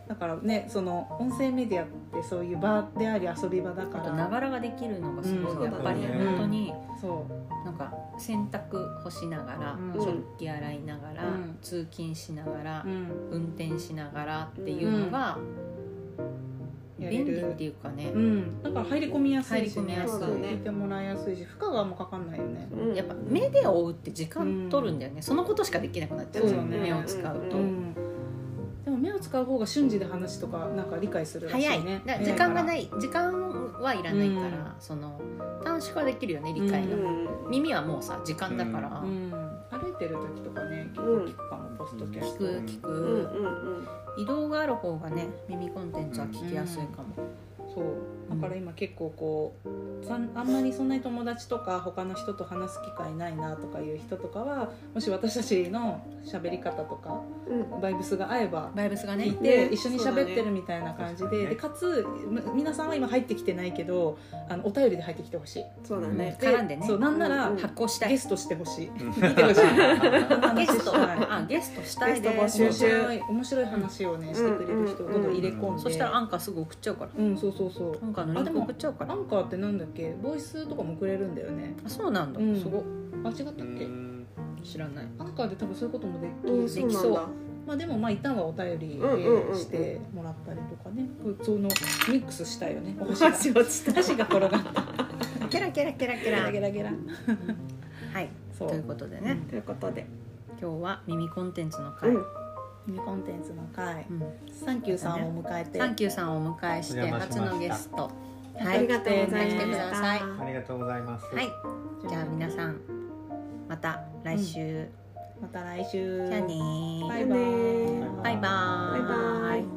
[SPEAKER 3] だからねその音声メディアってそういう場であり遊び場だか
[SPEAKER 1] あ
[SPEAKER 3] ら
[SPEAKER 1] とながらができるのがすごい、
[SPEAKER 2] うん
[SPEAKER 1] やっぱり
[SPEAKER 4] そうだね
[SPEAKER 1] 本当に
[SPEAKER 3] そう
[SPEAKER 1] なんか洗濯干しながら、
[SPEAKER 3] うん
[SPEAKER 1] 食器洗いながら、
[SPEAKER 3] うん
[SPEAKER 1] 通勤しながら、
[SPEAKER 3] うん
[SPEAKER 1] 運転しながらっていうのが
[SPEAKER 3] やれ
[SPEAKER 1] 便
[SPEAKER 3] る
[SPEAKER 1] 利っていうかね、
[SPEAKER 3] うん、だから入り込みやすいし、
[SPEAKER 1] 入り込み
[SPEAKER 3] ね、
[SPEAKER 1] やすい
[SPEAKER 3] そうだね聞いてもらいやすいし負荷がもうかかんないよね、
[SPEAKER 2] んうん
[SPEAKER 1] やっぱ目で追うって時間取るんだよね、そのことしかできなくなっちゃう
[SPEAKER 3] そうだね
[SPEAKER 1] 目を使うと、
[SPEAKER 2] うん
[SPEAKER 3] でも目を使う方が瞬時で話とかなんか理解するらしい
[SPEAKER 1] 早い
[SPEAKER 3] ね
[SPEAKER 1] だから時間がないい時間はいらないから、
[SPEAKER 3] うん
[SPEAKER 1] その短縮はできるよね理解
[SPEAKER 2] う
[SPEAKER 1] が、
[SPEAKER 2] ん
[SPEAKER 1] 耳はもうさ時間だから、
[SPEAKER 3] うん、歩いてる時とかね結構聞くかも、ポストキャ
[SPEAKER 1] 聞く
[SPEAKER 3] スト
[SPEAKER 1] 聞
[SPEAKER 2] う
[SPEAKER 1] く、
[SPEAKER 2] んうん
[SPEAKER 1] 移動がある方がね耳コンテンツは聞きやすいかも、
[SPEAKER 3] そうだから今結構こうさんあんまりそんなに友達とか他の人と話す機会ないなとかいう人とかはもし私たちの喋り方とか
[SPEAKER 2] うん
[SPEAKER 3] バイブスが合えば
[SPEAKER 1] バイブスが
[SPEAKER 3] 聞い
[SPEAKER 1] ね
[SPEAKER 3] て
[SPEAKER 2] ね
[SPEAKER 3] 一緒に喋ってるみたいな感じ
[SPEAKER 4] そうだ
[SPEAKER 3] で,、
[SPEAKER 4] ね
[SPEAKER 3] でかつむ皆さんは今入ってきてないけどあのお便りで入ってきてほしい
[SPEAKER 2] そうだね
[SPEAKER 1] 絡んでね
[SPEAKER 3] そうなんなら、
[SPEAKER 2] うん
[SPEAKER 1] 発行したい
[SPEAKER 3] ゲストしてほしい 聞いてほしい
[SPEAKER 1] ゲ
[SPEAKER 3] ゲ
[SPEAKER 1] スト
[SPEAKER 3] は
[SPEAKER 1] あゲストしたいで
[SPEAKER 2] ゲスト募
[SPEAKER 3] い
[SPEAKER 2] 集
[SPEAKER 3] 面白い面白い話をねしてくれる人をどんどん入れ込んで
[SPEAKER 1] そしたらアンカーすぐ送っちゃうから
[SPEAKER 3] うんそうそうそう
[SPEAKER 1] アンカーのリンク送っちゃうか
[SPEAKER 3] ア
[SPEAKER 1] ら
[SPEAKER 3] ンカーってなんだっけボイスとかもくれるんだよね
[SPEAKER 1] あそうなんだ、
[SPEAKER 3] うん
[SPEAKER 1] すごっ
[SPEAKER 3] あ違ったっけ、
[SPEAKER 4] うん
[SPEAKER 1] 知らない
[SPEAKER 3] アンカーで多分そういうこともでき,、
[SPEAKER 2] うん
[SPEAKER 3] で
[SPEAKER 2] そう
[SPEAKER 3] き
[SPEAKER 2] な
[SPEAKER 3] そ
[SPEAKER 2] ん
[SPEAKER 3] う
[SPEAKER 2] だ
[SPEAKER 3] まあでもまあ一旦はお便り
[SPEAKER 2] うんうんうん
[SPEAKER 3] でしてもらったりとかね、普通のミックスしたいよねお箸が
[SPEAKER 2] 落ち
[SPEAKER 3] お箸が転がった
[SPEAKER 1] ケラケラケラケラ
[SPEAKER 3] ゲラゲラゲラ
[SPEAKER 1] はい
[SPEAKER 3] そ
[SPEAKER 1] という
[SPEAKER 3] う
[SPEAKER 1] ことでね、
[SPEAKER 2] ということで、
[SPEAKER 1] 今日は耳コンテンツの会、
[SPEAKER 2] うん
[SPEAKER 3] ミニコンテンツの会
[SPEAKER 1] うん
[SPEAKER 3] サンキューさんを迎えて、
[SPEAKER 1] サンキューさんをお迎えし
[SPEAKER 4] お
[SPEAKER 1] て
[SPEAKER 4] 邪魔しま
[SPEAKER 1] 初
[SPEAKER 4] した
[SPEAKER 1] のゲストは
[SPEAKER 2] ありがとうございま
[SPEAKER 1] 来てく
[SPEAKER 2] し
[SPEAKER 1] だ
[SPEAKER 2] た、
[SPEAKER 1] さい
[SPEAKER 4] ありがとうございます。
[SPEAKER 1] はいじゃあ皆さんまた来週、
[SPEAKER 3] また来週
[SPEAKER 1] じゃあねー
[SPEAKER 3] バイバイ
[SPEAKER 2] じゃあねー
[SPEAKER 1] バイバーイ
[SPEAKER 2] バイバイ